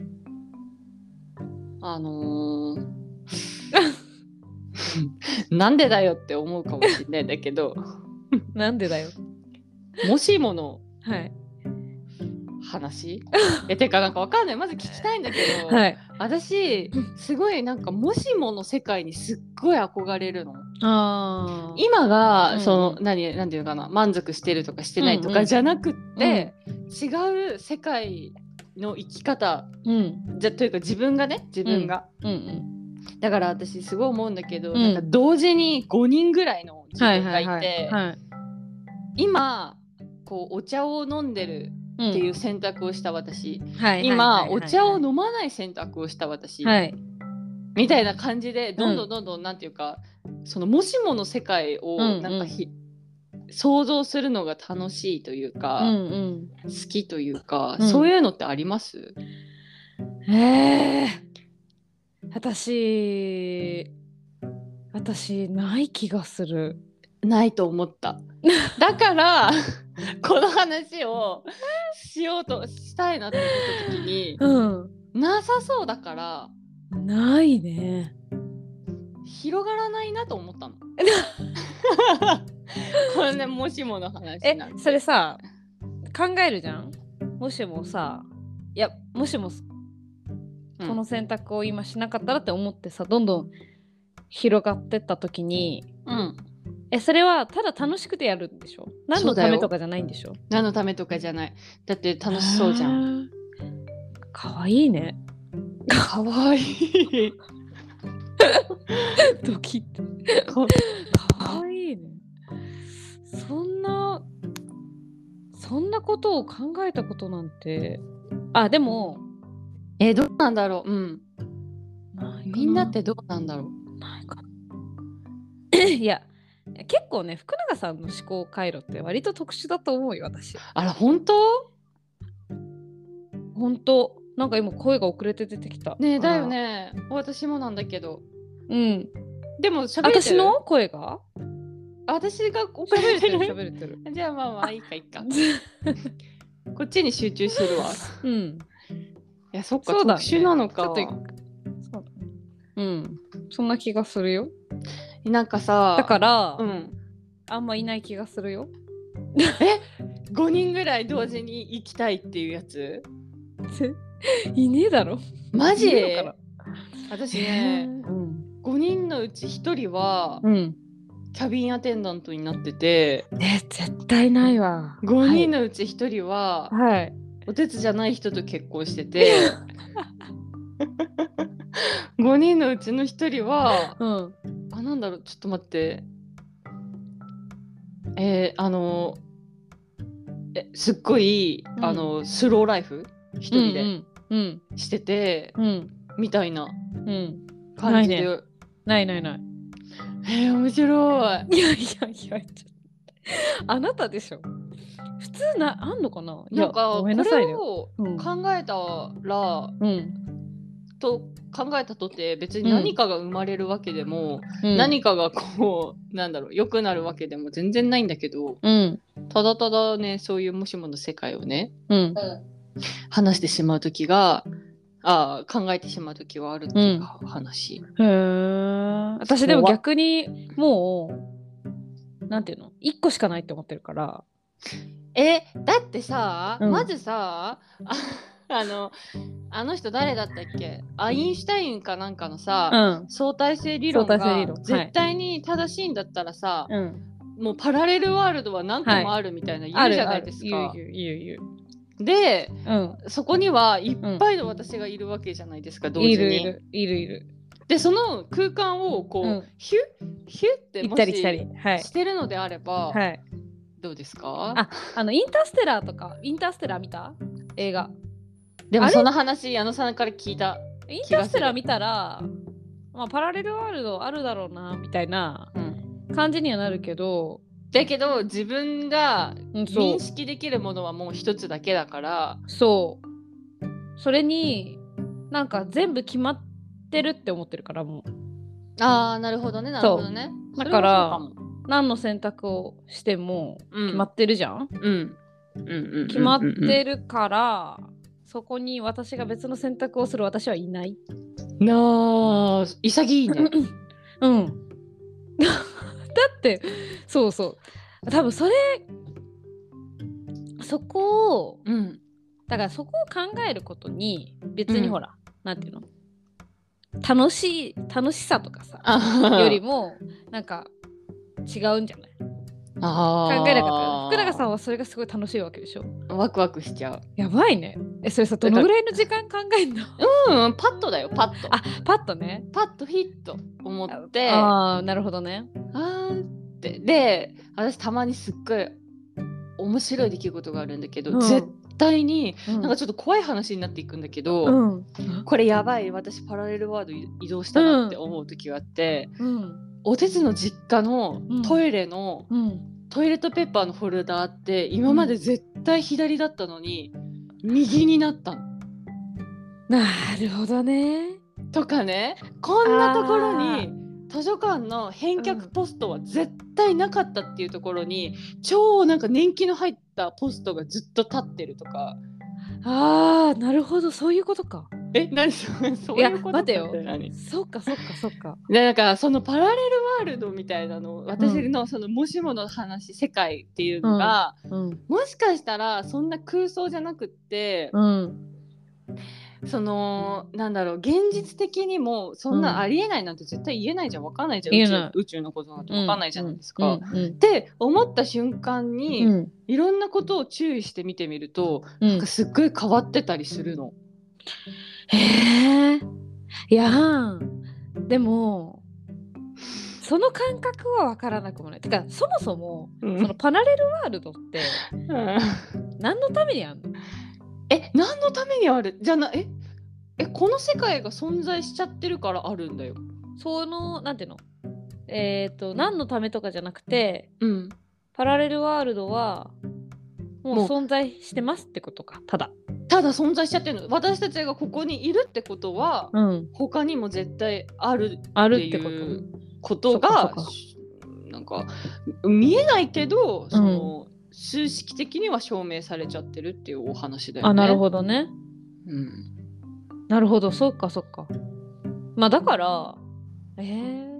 B: あのーなんでだよって思うかもしれないんだけど
A: なんでだよ。
B: もしもの
A: はい。
B: 話えてかなんかわかんないまず聞きたいんだけど、
A: はい。
B: 私すごいなんかもしもの世界にすっごい憧れるの。
A: あー
B: 今が、
A: うん
B: その何何て言うかな満足してるとかしてない
A: う
B: と
A: んう
B: か
A: ん
B: じゃなくって、違う世界の生き方
A: うん。
B: じゃというか自分がね自分が、
A: うんうん。
B: だから私すごい思うんだけど、
A: うん
B: なんか同時に5人ぐらいの自
A: はい
B: 分
A: は
B: がい
A: い
B: て、
A: はい。はい。
B: 今こうお茶を飲んでる
A: うん
B: っていう選択をした私、
A: はいはい
B: 今、
A: はいはい
B: お茶を飲まない選択をした私、
A: はい。
B: みたいな感じでどんどんどんどんなんていうか、そのもしもの世界を
A: うんうん
B: なんかひ、想像するのが楽しいというか、
A: うん
B: 好きというか、
A: うん
B: そういうのってあります
A: うん。ええ。私。私ない気がする。
B: ないと思 った。だからこの話をしようとしたいなと思った時に
A: うん。
B: なさそうだから
A: ないね。
B: 広がらないなと思っ たの。これねもしもの話
A: え
B: なんて
A: それさ考えるじゃんもしもさいやもしもそ
B: うん
A: この選択を今しなかったらって思ってさどんどん広がってった時に
B: うん、
A: えそれはただ楽しくてやるんでしょ何
B: そう
A: の
B: だよ
A: ためとかじゃないんでしょ
B: 何のためとかじゃないだって楽しそうじゃん。
A: んかわいいね
B: かわいい
A: ドキッて
B: こ
A: かわいいねそんなそんなことを考えたことなんてあでも
B: えどうなんだろう、うん、
A: ないか
B: みんなってどうなんだろ
A: ないか いや結構ね福永さんの思考回路って割と特殊だと思うよ私
B: うあら本当
A: 本当なんか今声が遅れて出てきた
B: ねえだよね私もなんだけど
A: うん
B: でも喋れて
A: 私
B: る
A: の声が
B: 私が遅
A: 喋
B: れ
A: れて
B: て
A: る
B: る
A: 喋れてる
B: じゃあまあまあいいかいいかこっちに集中して るわ
A: うん
B: いやそっか
A: そうだね
B: 特殊なのか
A: ちょっそううんそんな気がするよ
B: なんかさ
A: だからら、
B: うん
A: あんまいない気がするよ
B: 5人ぐらい同時に行きたいっていうやつ
A: ぜいねえだろ
B: マジ
A: いねえのか
B: 私
A: な
B: ね
A: うん、
B: 5人のうち1人は
A: うん、
B: キャビンアテンダントになってて
A: え絶対ないわ
B: 5人のうち1人は
A: はい
B: お手つじゃない人と結婚してて 5人のうちの1人は
A: うん
B: あなんだろうちょっと待ってえー、あのえすっごい、
A: うん
B: あのスローライフ一人
A: う
B: で
A: んうん
B: してて、
A: うん
B: みたいな
A: うん、うん、
B: 感じで、
A: ないないないない
B: えー、面白い
A: いやいやいや、ちょっとあなたでしょ。普通な、あんのかないや
B: なんか
A: ご
B: こ
A: めんなさい
B: れ
A: ね。
B: を
A: うん
B: 考えたら、
A: うん。
B: と考えたとて別
A: う
B: に
A: ん
B: 何かが生まれるわけでも、
A: うん、
B: 何かがこうなんだろう良くなるわけでも全然ないんだけど
A: うん。
B: ただただねそういうもしもの世界をね
A: うん。
B: 話してしまう時があー考えてしまう時はあるっていうか話、
A: へえ。私でも逆に、もう、なんていうの ?1 個しかないって思ってるから。
B: えだってさ、
A: うん
B: まずさあ あのあの人誰だったっけアインシュタインかなんかのさ、
A: うん。
B: 相対性理論が
A: 相対性理論はい
B: 絶対に正しいんだったらさ、
A: うん、
B: もうパラレルワールドは何個もあるみたいな言うじゃないですか。
A: ある言う言う言う
B: で
A: 言う。
B: そこにはいっぱいの私がいるわけじゃないですか、
A: う
B: 同
A: ん。い
B: 時
A: るい
B: に。
A: るいるいる。
B: でその空間をこう、
A: うん
B: ヒュッヒュッって
A: 行
B: も
A: っ
B: した
A: り来たり。はい
B: し。てるのであれば、
A: はい。
B: どうですか、
A: あ、あの、インターステラーとか、インターステラー見た映画。
B: で
A: あ
B: も
A: れ
B: その話矢野さんから聞いた。
A: インターステラー見たら、まあ、パラレルワールドあるだろうなみたいな感じにはなるけど、
B: だけど自分が
A: うん、そ
B: 認
A: う
B: 識できるものはもう一つだけだから
A: そうそれになんか全部決まってるって思ってるからも
B: ああなるほどねなるほどね
A: だから
B: それはそうかも
A: う何の選択をしても
B: うん
A: 決まってるじゃん、
B: うんうんうんうんうんうん
A: 決まってるから、そこに私が別の選択をする私はいない
B: なあ潔 いね
A: うん。だってそうそう多分それそこを
B: うん
A: だからそこを考えることに別
B: う
A: に
B: ん
A: ほら、なんていうの楽しい楽しさとかさ
B: あ
A: よりもなんか違うんじゃない
B: あー
A: 考えなかった福永さんはそれがすごい楽しいわけでしょ
B: ワクワクしちゃ
A: やばいねえそれさどのぐらいの時間考えんの
B: ううんパッとだよパッと
A: あパッとね
B: パッとヒッと思ってあ
A: ああなるほどね
B: ーってで私たまにすっごい面白い出来事があるんだけど、
A: うん
B: 絶対に
A: うん
B: なんかちょっと怖い話になっていくんだけど、
A: うん
B: これやばい私パラレルワールド移動したなって思う時があって、
A: うん
B: おてつの実家のトイレの、
A: うん
B: トイレットペーパーのフォルダーって今まで絶対左だったのに、右になったの
A: なるほどね
B: とかねこんなところに図書館の返却ポストは絶対なかったっていうところに、超なんか年季の入ったポストがずっと立ってるとか
A: あーなるほどそういうことか
B: え何そそう
A: い
B: い
A: や
B: うこと
A: 待てよ
B: って何
A: そうかそうかそうか
B: でなんかそのパラレルワールドみたいなの私のそのもしもの話世界っていうのが、
A: うん
B: もしかしたらそんな空想じゃなくって、
A: うん
B: そのなんだろう現実的にもそん
A: うん
B: なありえないなんて絶対言えないじゃんわかんないじゃん
A: 言
B: 宇
A: えない
B: 宙宇宙のことなんてわかんないじゃないですか。
A: うん
B: っ
A: うん
B: て思った瞬間に、
A: うん
B: いろんなことを注意して見てみると、
A: うん
B: なんかすっごい変わってたりするの。
A: へえやんでもその感覚は分からなくもないてかそもそも
B: うん
A: そのパラレルワールドって
B: うん
A: 何のためにあんの
B: え何のためにあるじゃなええこの世界が存在しちゃってるからあるんだよ。
A: そのなんていうのえっ、と何のためとかじゃなくて
B: うん、
A: パラレルワールドはもう
B: もう
A: 存在してますってことかただ
B: ただ存在しちゃってるの私たちがここにいるってことは
A: うん、
B: 他にも絶対ある
A: あ
B: っ
A: る
B: て
A: ってこ
B: いう
A: と。
B: こと
A: そっ
B: が
A: かそっか
B: なんか見えないけどその、数式的には証明されちゃってるっていうお話だよね。
A: あなる
B: ど、
A: ほどね。
B: うん、
A: なるほどそっかそっか。まあだからえー、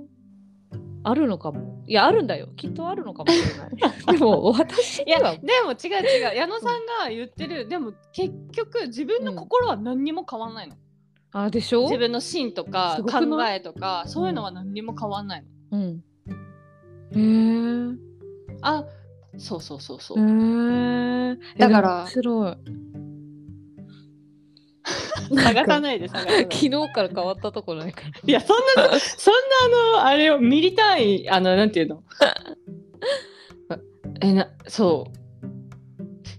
A: あるのかも。いやあるんだよきっとあるのかもしれ ない。でも私
B: い
A: に
B: やで
A: は
B: も違う 違う矢野さんが言ってるでも結局自分の心は何にも変わんないの。
A: あでしょ
B: 自分の心とか
A: すごく
B: 考
A: な
B: えとかそういうのは何にも変わんないの。
A: うん。へー
B: あそうそうそうそう。
A: へーえ。
B: だから
A: でも面白い。
B: 探さないで探さない
A: 昨日から変わったところないから。
B: いやそんなそんなあのあれをミリ単位あのなんていうのあえなそう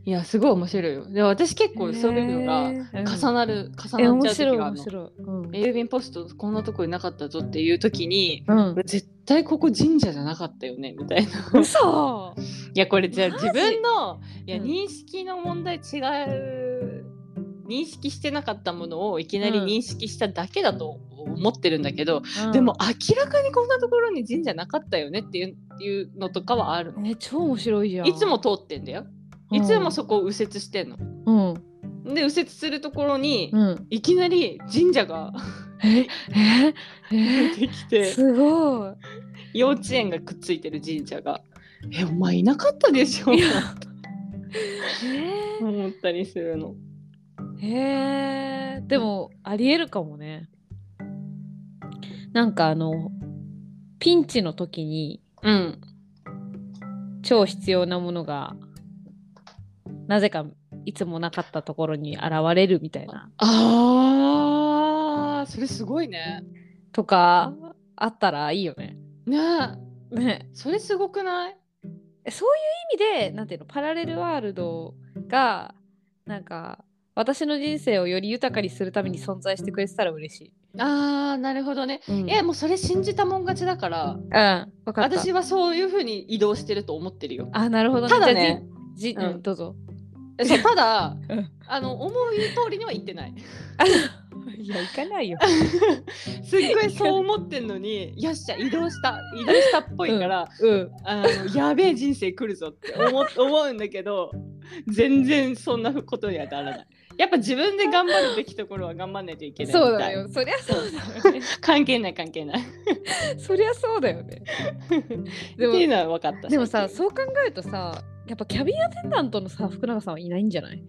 B: いやすごい面白いよで私結構そういうのが重なる
A: え
B: 重なっ
A: 面
B: ちゃう
A: 白
B: 時
A: い
B: があ
A: 面
B: るの
A: 白い。うん
B: 郵便ポストこんなとこになかったぞっていう時に
A: うん、
B: 絶対ここ神社じゃなかったよねみたいな い
A: 嘘
B: やこれじゃあ
A: マジ
B: 自分のいや
A: うん
B: 認識の問題違う認識してなかったものをいきなり
A: うん
B: 認識しただけだと思ってるんだけど、でも、明らかにこんなところに神社なかったよねっていういうのとかはあるの
A: うんえ超面白いじゃん。
B: いつも、通ってんだよいつもそこを右折してんの、
A: うん。
B: で右折するところに、
A: うん。
B: いきなり神社が
A: えええ
B: でき
A: え
B: て
A: すごい。
B: 幼稚園がくっついてる神社が「えお前いなかったでしょ」
A: いや
B: と
A: え
B: 思ったりするの。
A: ー、えーでもありえるかもね。なんかあのピンチの時に
B: うん、
A: 超必要なものがなぜかいつもなかったところに現れるみたいな
B: あーそれすごいね。
A: とかあったらいいよね。
B: ね え
A: ね
B: それすごくない
A: そういう意味でなんていうのパラレルワールドがなんか私の人生をより豊かにするために存在してくれてたら嬉し
B: あーなるほどね。
A: い。うん、
B: いやもうそれ信じたもん勝ちだから。
A: うん、わかった。
B: 私はそういうふうに移動してると思ってるよ。
A: あ、なるほど、
B: ただね
A: じゃあ。じじ
B: うん
A: うん、どうぞ。
B: そうただ
A: うん、
B: あの思う通りには行ってない。
A: いや、行かないよ。
B: すっごいそう思ってんのに、よっしゃ移動した移動したっぽいから、
A: うん。
B: あのやべえ人生来るぞって思思うんだけど、全然そんなことにはならない。やっぱ自分で頑張るべきところは頑張んないといけないみたい。
A: そうだよ。そりゃそうだ よね。
B: 関係ない関係ない。
A: そりゃそうだよ ね。で
B: っていう
A: も、
B: のは分かった。
A: でもさ、
B: 最
A: そう考えるとさ、やっぱキャビンアテンダントのさ、福永さんはいないんじゃない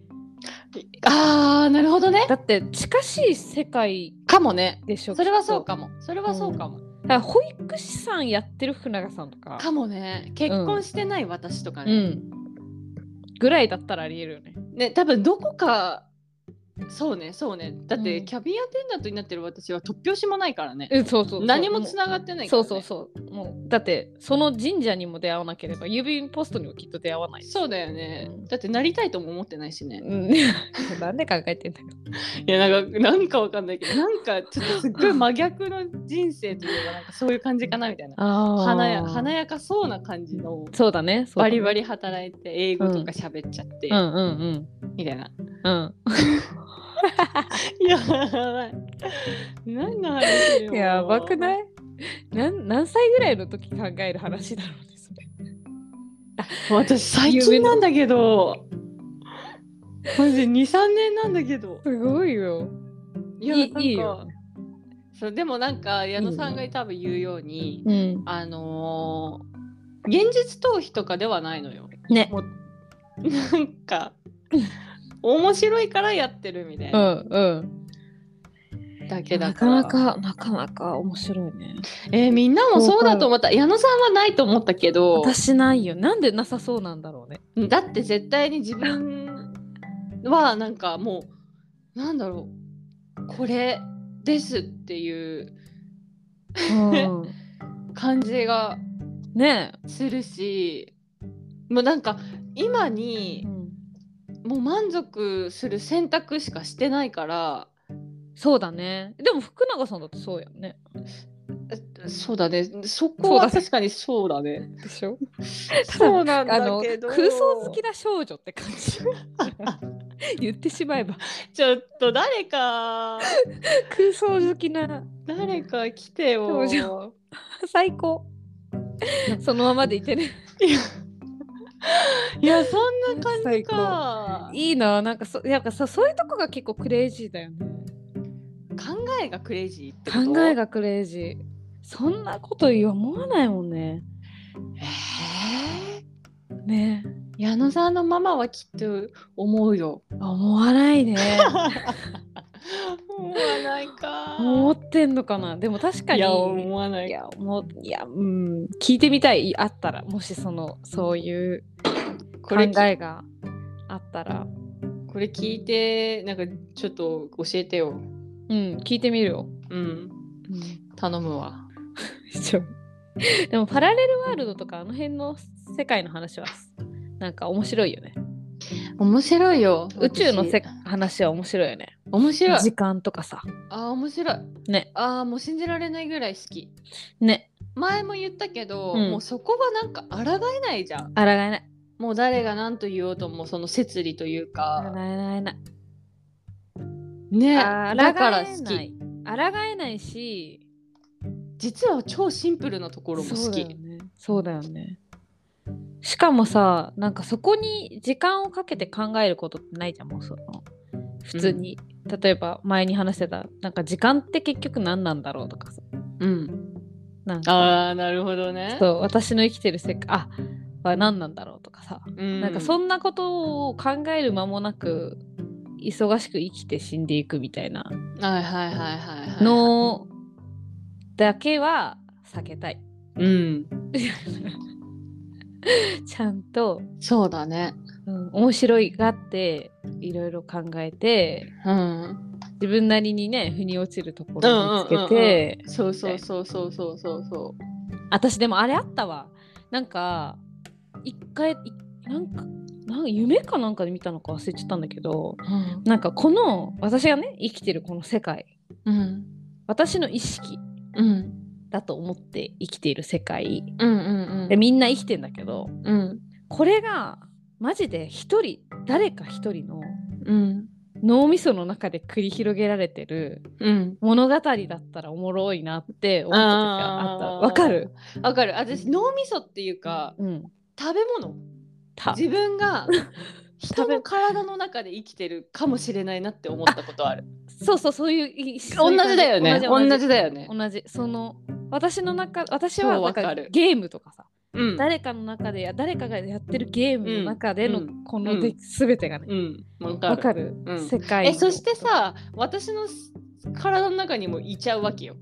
B: 近ああなるほどね。
A: だって、近しい世界
B: かもね。
A: でしょ。
B: それはそう
A: きっ
B: かも。それはそうかも。
A: と。だから保育士さんやってる福永さんとか。
B: かもね。結婚してない私とか
A: う
B: ね。
A: ん。ぐらいだったらありえるよね。
B: ね多分どこかそうねそうねだって、
A: うん
B: キャビンアテンダントになってる私は突拍子もないからね
A: うん、そうそうそう
B: 何もつながってないか
A: そ
B: ら、
A: う
B: ね、
A: そうそうもうだってその神社にも出会わなければ郵便ポストにもきっと出会わないし
B: そうだよね、
A: うん
B: だってなりたいとも思ってないしね
A: うん なんで考えてんだよ
B: いやなんか なんかわかんないけどなんかちょっとすっごい真逆の人生というかなんかそういう感じかなみたいな
A: あ
B: 華や華やかそうな感じの
A: そうだねそうだ
B: バ
A: ね
B: リバリ働いて英語とか喋っちゃって、
A: うんうん
B: みた いな
A: うんうん
B: やばい何の話よ
A: やばくないなん何歳ぐらいの時考える話だろうねそれ
B: 私最近なんだけ どマジ23年なんだけど
A: すごいよ
B: いや
A: いい
B: なんか
A: いいよ
B: そうでもなんか矢野さんが多分言うように、
A: うん
B: あのー現実逃避とかではないのよ
A: ね
B: もうなんか面白いからやってるみたいうなん
A: うん
B: だけだ
A: な
B: か、
A: からなかなかなか面白いね
B: えーみんなもそうだと思った矢野さんはないと思ったけど
A: 私ないよなんでなさそうなんだろうね
B: だって絶対に自分はなんかもうなんだろうこれですっていう
A: うん
B: 感じが
A: ね
B: するしもうなんか今
A: え、
B: にもう満足する選択しかしてないから
A: そうだねでも福永さんだってそうやんね
B: えそうだねそこは確かにそうだね
A: でしょ
B: そうな ん
A: あの空想好きな少女って感じ言ってしまえば
B: ちょっと誰 か
A: 空想好きな
B: 誰か来てよ
A: 登場最高そのままでいてね
B: いやそんな感じ
A: 最
B: か
A: いいななんかそなんかさそういうとこが結構クレイジーだよね
B: 考えがクレイジーってこと
A: 考えがクレイジーそんなこと言う思わないもんね
B: え
A: ね
B: ー矢野さんのママはきっと思うよ
A: 思わないね
B: 思わないか
A: 思ってんのかなでも確かに
B: いや思わないい
A: やもういやうん聞いてみたいあったらもしそのそういう考
B: これき
A: えがあったら
B: これ聞いてなんかちょっと教えてよ
A: うん聞いてみるよ、
B: うん頼むわ
A: ちょでもパラレルワールドとかあの辺の世界の話はなんか面白いよね
B: 面白いよ
A: 宇宙のせ
B: 私
A: 話は面白いよね
B: 面白い
A: 時間とかさ
B: あー面白い
A: ね
B: あーもう信じられないぐらい好き
A: ね
B: 前も言ったけど、
A: うん
B: もうそこがなんか抗えないじゃん
A: 抗えない
B: もう誰が何と言おうともその摂理という
A: 抗
B: か
A: えない
B: ね
A: あ
B: だから好
A: 抗えな
B: き
A: い抗えないし
B: 実は超シンプルなところも
A: そう
B: 好
A: だ
B: き
A: よねそうだよねしかもさなんかそこに時間をかけて考えることってないじゃんもうその普通に、例えば前に話してたなんか時間って結局何なんだろうとかさ
B: うん
A: なんか
B: ああなるほどね
A: そう私の生きてる世界あは何なんだろうとかさ、
B: うん
A: なんかそんなことを考える間もなく忙しく生きて死んでいくみたいな
B: はいはいはいはいはい
A: のだけは避けたい
B: うん
A: ちゃんと
B: そうだね
A: うん、面白いがあっていろいろ考えて
B: うん
A: 自分なりにね腑に落ちるとこ
B: うん
A: ろを見つけて、
B: うんうんうんそうそうそうそうそうそうそう
A: 私でもあれあったわなんか一回いなんかなんか夢かなんかで見たのか忘れちゃったんだけど
B: うん
A: なんかこの私がね生きてるこの世界
B: うん
A: 私の意識
B: うん
A: だと思って生きている世界
B: うんうん
A: でみんな生きてんだけど
B: うん
A: これがマジで一人誰か一人の
B: うん
A: 脳みその中で繰り広げられてる
B: うん
A: 物語だったらおもろいなって思った時があった
B: あー
A: わかる、
B: わかる私脳みそっていうか
A: うん、
B: 食べ物
A: た
B: 自分 が人
A: 食べ
B: の体の中で生きてるかもしれないなって思ったことある
A: そうそうそういうい そう
B: 同
A: い
B: じ
A: う感じ
B: だよね同じ
A: 同じ
B: だよね
A: 同じその私の中私
B: そ
A: は
B: う
A: なん
B: わか
A: か
B: る
A: ゲームとかさ、
B: うん
A: 誰かの中でや誰かがやってるゲームの中で
B: う
A: の
B: ん
A: こ
B: うん
A: ので、全てがね
B: うんわ
A: わ、
B: かる
A: かる、
B: うん
A: 世界
B: え
A: の
B: そしてさ私のす体の中にもいちゃうわけよ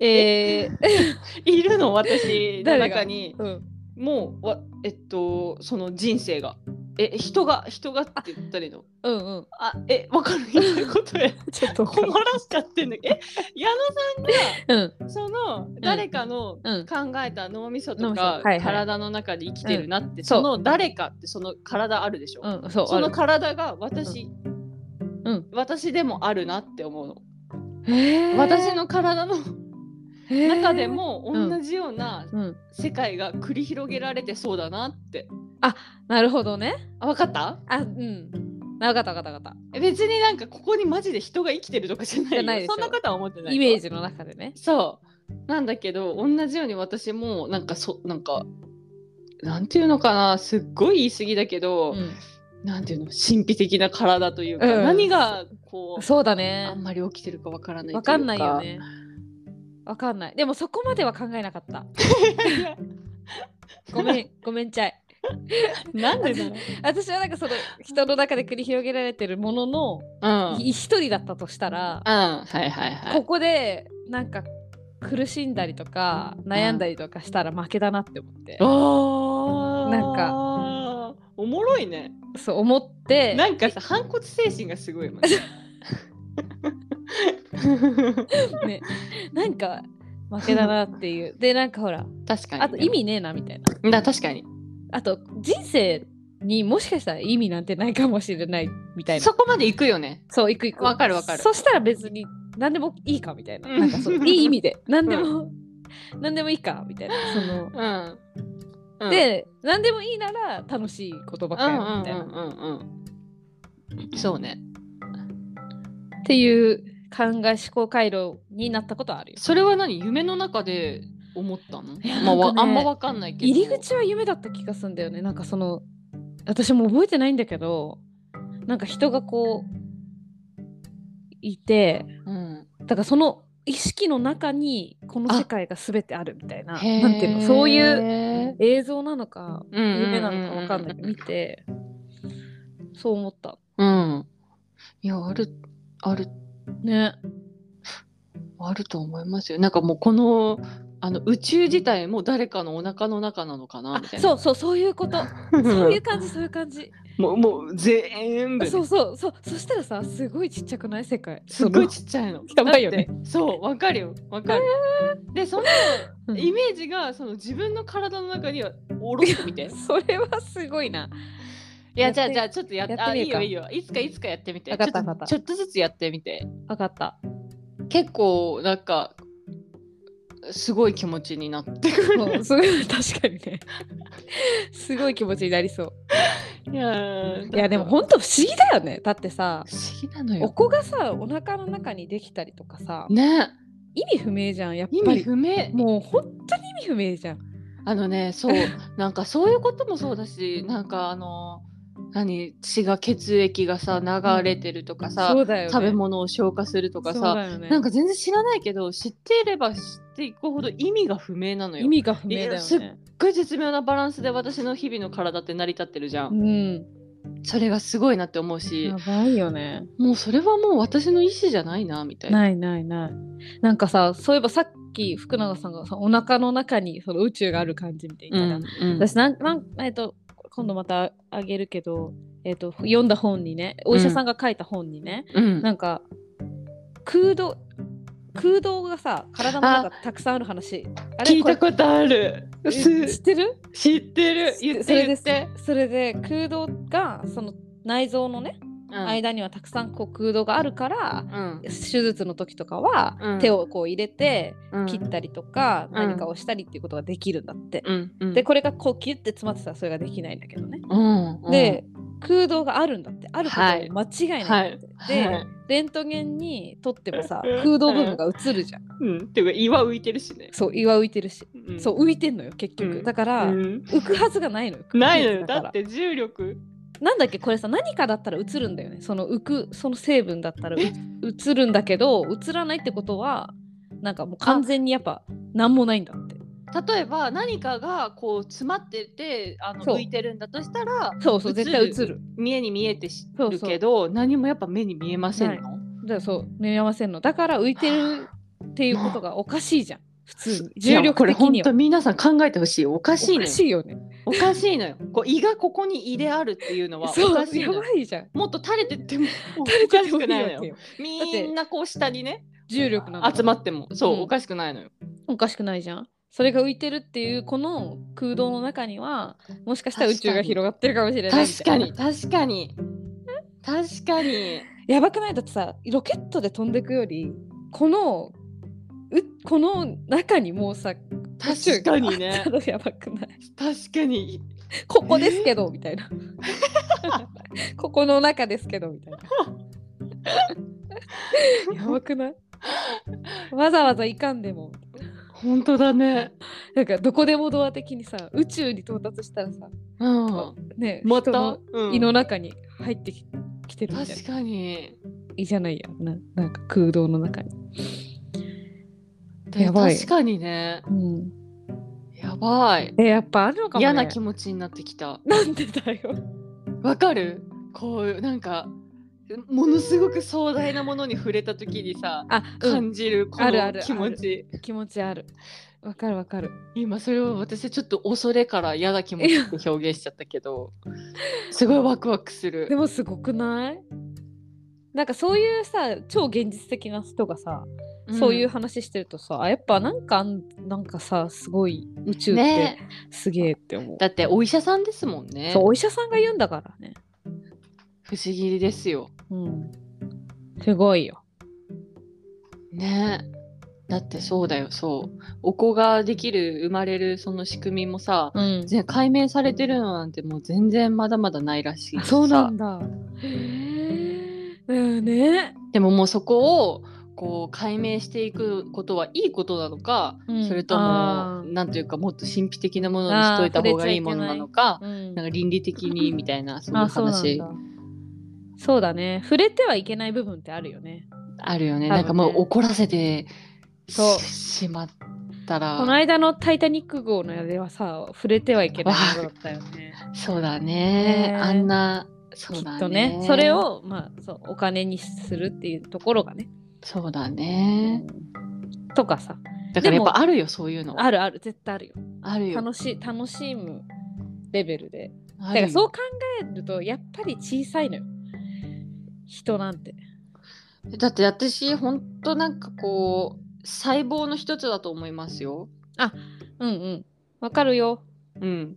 A: えー
B: いるの私の
A: 誰が
B: 中に
A: うん、
B: もうわえっとその人生がえ人が人がって言ったらいいの
A: うんうん
B: あえわかる 言ってることで
A: ちょっと
B: 困ら しちゃってんだけどえ矢野さん
A: う
B: が
A: ん
B: その誰かの
A: うん
B: 考えた脳みそ
A: 脳
B: と
A: みそは
B: か
A: いはい
B: 体の中で生きてるなって、
A: んそ
B: そ
A: う
B: の誰かってその体あるでしょ、
A: うんそう
B: そ
A: あ
B: の
A: る
B: 体が私、
A: うん
B: 私でもあるなって思うの、
A: へー
B: 私の体の
A: へー
B: 中でも
A: うん
B: 同じような
A: うん
B: 世界が繰り広げられてそうだなって
A: なるほどね
B: あ分かった
A: あうんわかったわかったわかっ
B: え別になんかここにマジで人が生きてるとかじゃない
A: じ
B: よ
A: ゃないでしょ
B: そんなことは思ってな
A: た
B: い
A: イメージの中でね
B: そうなんだけど同じように私もなんかそなんかなんていうのかなすっごい言い過ぎだけど、
A: うん
B: なんていうの神秘的な体というか、
A: うん
B: 何がこう
A: そうだ
B: あ
A: ね
B: ん。まり起きてるかわからないという
A: わかんないよね。わかんない。でもそこまでは考えなか った。ごめん、ごめんちゃい。
B: なんでだろ
A: 私はなんかその人の中で繰り広げられてるものの、
B: う、うん、うん
A: い一人だったとしたら、
B: はいはいは
A: こ
B: い
A: こでなんか苦しんだりとか悩んだりとかしたら負けだなって思って、
B: あー
A: なん
B: おもろいね
A: そう思って、
B: なんかさ反骨精神がすごいもんね
A: ね、なんか負けだなっていう。で、なんかほら、
B: 確かに
A: あと意味ねえなみたいな。
B: だ確かに
A: あと人生にもしかしたら意味なんてないかもしれないみたいな。
B: そこまで行くよね
A: そう、行く行く。
B: わかるわかる
A: そしたら別に何でもいいかみたいな。
B: うん
A: なんかそういい意味で。何でも、 何でもいいかみたいな。その、
B: うん、うん
A: で、何でもいいなら楽しいことばっかりみたいな。
B: うんうんうんうんそうね。
A: っていう考え思考回路になったことはあるよ。
B: それは何夢の中で思ったの、
A: や
B: ま
A: な
B: あ
A: んか
B: わ
A: ね
B: あんまわかんないけど。
A: 入り口は夢だった気がするんだよねなんかその私も覚えてないんだけどなんか人がこういて
B: うん。
A: だからその意識の中にこの世界が全てあるみたいな
B: へー
A: なんていうのそういう
B: う
A: 映像なのか
B: んうんうんうん
A: 夢なのかわかんないけど見てそう思った
B: うん。いや、ある、ある、
A: ね
B: あると思いますよ。なんかもうこの、あの宇宙自体も誰かのお腹の中なのかな
A: あ
B: みたいな。
A: そうそうそういうこと そういう感じそういう感じ
B: もう、もう全部ね、
A: そうそうそうそしたらさすごいちっちゃくない世界
B: すっごいちっちゃいの。
A: やばいよね
B: だって。そう、わかるよ。わかる。で、その
A: うん
B: イメージが、その自分の体の中には、おろしてみて。い
A: それはすごいな
B: や、
A: や
B: じゃあ、
A: やって
B: じゃあ、ちょっとやっ
A: やって
B: あ、いい
A: みる
B: よ、
A: か
B: いいよ。いつか、いつかやってみて。
A: わかったわ
B: ちょ
A: かった
B: ちょっとずつやってみて。
A: 分かった
B: 結構、なんか、すごい気持ちになってくる。
A: そうすごい確かにねすごい気持ちになりそう
B: いやー
A: いやでもほんと不思議だよねだってさ
B: 不思議なの
A: お
B: よ。
A: 子がさお腹の中にできたりとかさ
B: ね
A: 意味不明じゃんやっ
B: 意
A: ぱ
B: 味
A: り
B: 不明
A: もう本当に意味不明じゃん
B: あのねそうなんかそういうこともそうだしなんかあの何血が血液がさ流れてるとかさ、
A: そうだよね
B: 食べ物を消化するとか
A: そう
B: さ、
A: だよね
B: なんか全然知らないけど知っていれば知っていくほど意味が不明なの
A: 意
B: よ。すっ
A: 味が不明だ
B: いや
A: よ
B: すっ
A: ね
B: ごい絶妙なバランスで私の日々の体って成り立ってるじゃ。
A: うんん
B: それがすごいなって思うし
A: や、ばいよね
B: もうそれはもう私の意思じゃないなみたいな。
A: ないないないなんかさそういえばさっき福永さんがさお腹の中にその宇宙がある感じみたいな、
B: うん
A: 私なんなんえっと今度またあげるけど、えっと読んだ本にねお医者さんが書いた本にね、
B: うん
A: なんか空洞空洞がさ体の中たくさんある話あ
B: 聞いた
A: こ
B: ことある。
A: れえ知
B: す
A: ってる
B: 知ってる。言っ
A: それで
B: て言って。
A: それで空洞がその内臓のね、
B: うん
A: 間にはたくさんこう空洞があるから
B: うん
A: 手術の時とかは、
B: うん
A: 手をこう入れて
B: うん
A: 切ったりとか、
B: ん
A: 何かをしたりっていうことができるんだって、
B: うんうん
A: でこれがこうキュッて詰まってたらそれができないんだけどね、
B: うんうん
A: で空洞があるんだってあること
B: はい
A: は間違いないんだって、で、
B: はい
A: レントゲンに撮ってもさ
B: うん
A: 空洞部分が映るじゃん
B: うん、っていうか岩浮いてるしね。
A: そう岩浮いてるし、
B: うん
A: そう浮いてんのよ結局、
B: うん
A: だから、
B: うん
A: 浮くはずがないのよ
B: ないの
A: 空
B: よ。
A: 気
B: だ
A: から
B: って重力。
A: なんだっけこれさ何かだったら映るんだよねその浮くその成分だったらう映るんだけど映らないってことはなんかもう完全にやっぱ何もないんだって
B: 例えば何かがこう詰まっててあの
A: そう
B: 浮いてるんだとしたら
A: そうそう
B: 映る
A: 絶対映る
B: 見えに見えてし
A: そう
B: る
A: そう
B: けど何もやっぱ目に見えませんの、
A: だからそう見合わせんのだから浮いてるっていうことがおかしいじゃん普通に
B: いや
A: 重力的
B: こ
A: に
B: れ本
A: は
B: 当皆さん考えてほしいおかしい
A: お
B: の
A: か
B: よ
A: しいよね
B: おかしいのよこう胃がここに胃であるっていうのはお
A: そう
B: かしい
A: や
B: のよ
A: ばいじゃん
B: もっと垂れてっ てもお
A: 垂れ
B: か
A: て
B: して
A: もい
B: く
A: い
B: ない
A: わ
B: の
A: け
B: よ
A: よ
B: みんなこう下にね
A: 重力なんだ
B: 集まってもそう、
A: うん
B: おかしくないのよ
A: おかしくないじゃんそれが浮いてるっていうこの空洞の中にはもしかしたら宇宙が広がってるかもしれないみ
B: 確
A: た
B: か
A: いな
B: に確かに確かに
A: やばくないだってさロケットで飛んでくよりこのうこの中にもうさ宇宙が
B: 確かにね
A: あったらやばくない
B: 確かに
A: ここですけどみたいな ここの中ですけどみたいなやばくないわざわざ行かんでも
B: 本当だね
A: なんかどこでもドア的にさ宇宙に到達したらさ
B: うん
A: ね
B: ま
A: 人
B: た
A: の、
B: うん
A: 胃の中に入ってき,、てるみたい
B: 確
A: な
B: かに
A: 胃じゃないやななんか空洞の中に、
B: で
A: やばい
B: 確かにね
A: うん、
B: やばい
A: えやっぱあるのかも、ね、
B: 嫌な気持ちになってきた
A: なんでだよ
B: わかるこういうなんかものすごく壮大なものに触れた時にさ
A: あ、うん、
B: 感じるこ
A: あるあ
B: の
A: る
B: 気持ち
A: 気持ちあるわかるわかる
B: 今それを私ちょっと恐れから嫌な気持ちって表現しちゃった けどすごいワクワクする
A: でもすごくないなんかそういうさ超現実的な人がさ、そういう話してるとさあやっぱなんかあんなんかさすごい宇宙って
B: ね
A: すげえって思う、
B: だってお医者さんですもんね
A: そうお医者さんが言うんだからね
B: 不思議ですよ
A: うんすごいよ
B: ねだってそうだよそうお子ができる生まれるその仕組みもさ
A: うん
B: 全解明されてるのなんてもう全然まだまだないらしいし
A: あ
B: さ
A: そうなんだへうんね。
B: でももうそこをこう解明していくことはいいことなのか、
A: うん
B: それとも
A: あー
B: なんというかもっと神秘的なものにしといた方がいいものなのか
A: うん
B: なんか倫理的にみたいなその
A: あそうなん
B: 話
A: だ。そうだね。触れてはいけない部分ってあるよね。
B: あるよ
A: 多分ね
B: ねなんかもう怒らせてし
A: そう
B: しまった
A: この
B: ら
A: 間の「タイタニック号」のやではさ触れてはいけないものだったよね。
B: そうだね
A: ね
B: あんなそう
A: き
B: だ
A: っ
B: ね
A: とねそれを、まあ、そうお金にするっていうところがね。
B: そうだね
A: とかさ
B: だから
A: で
B: やっ
A: も
B: ぱあるよそういうのは
A: あるある絶対あるよ。
B: あるよ
A: 楽しい楽しむレベルで。
B: あ
A: だ
B: る
A: か
B: よ
A: らそう考えるとやっぱり小さいのよ人なんて。
B: だって私ほんとなんかこう細胞の一つだと思いますよ。
A: うんうん。わかるよ。
B: うん。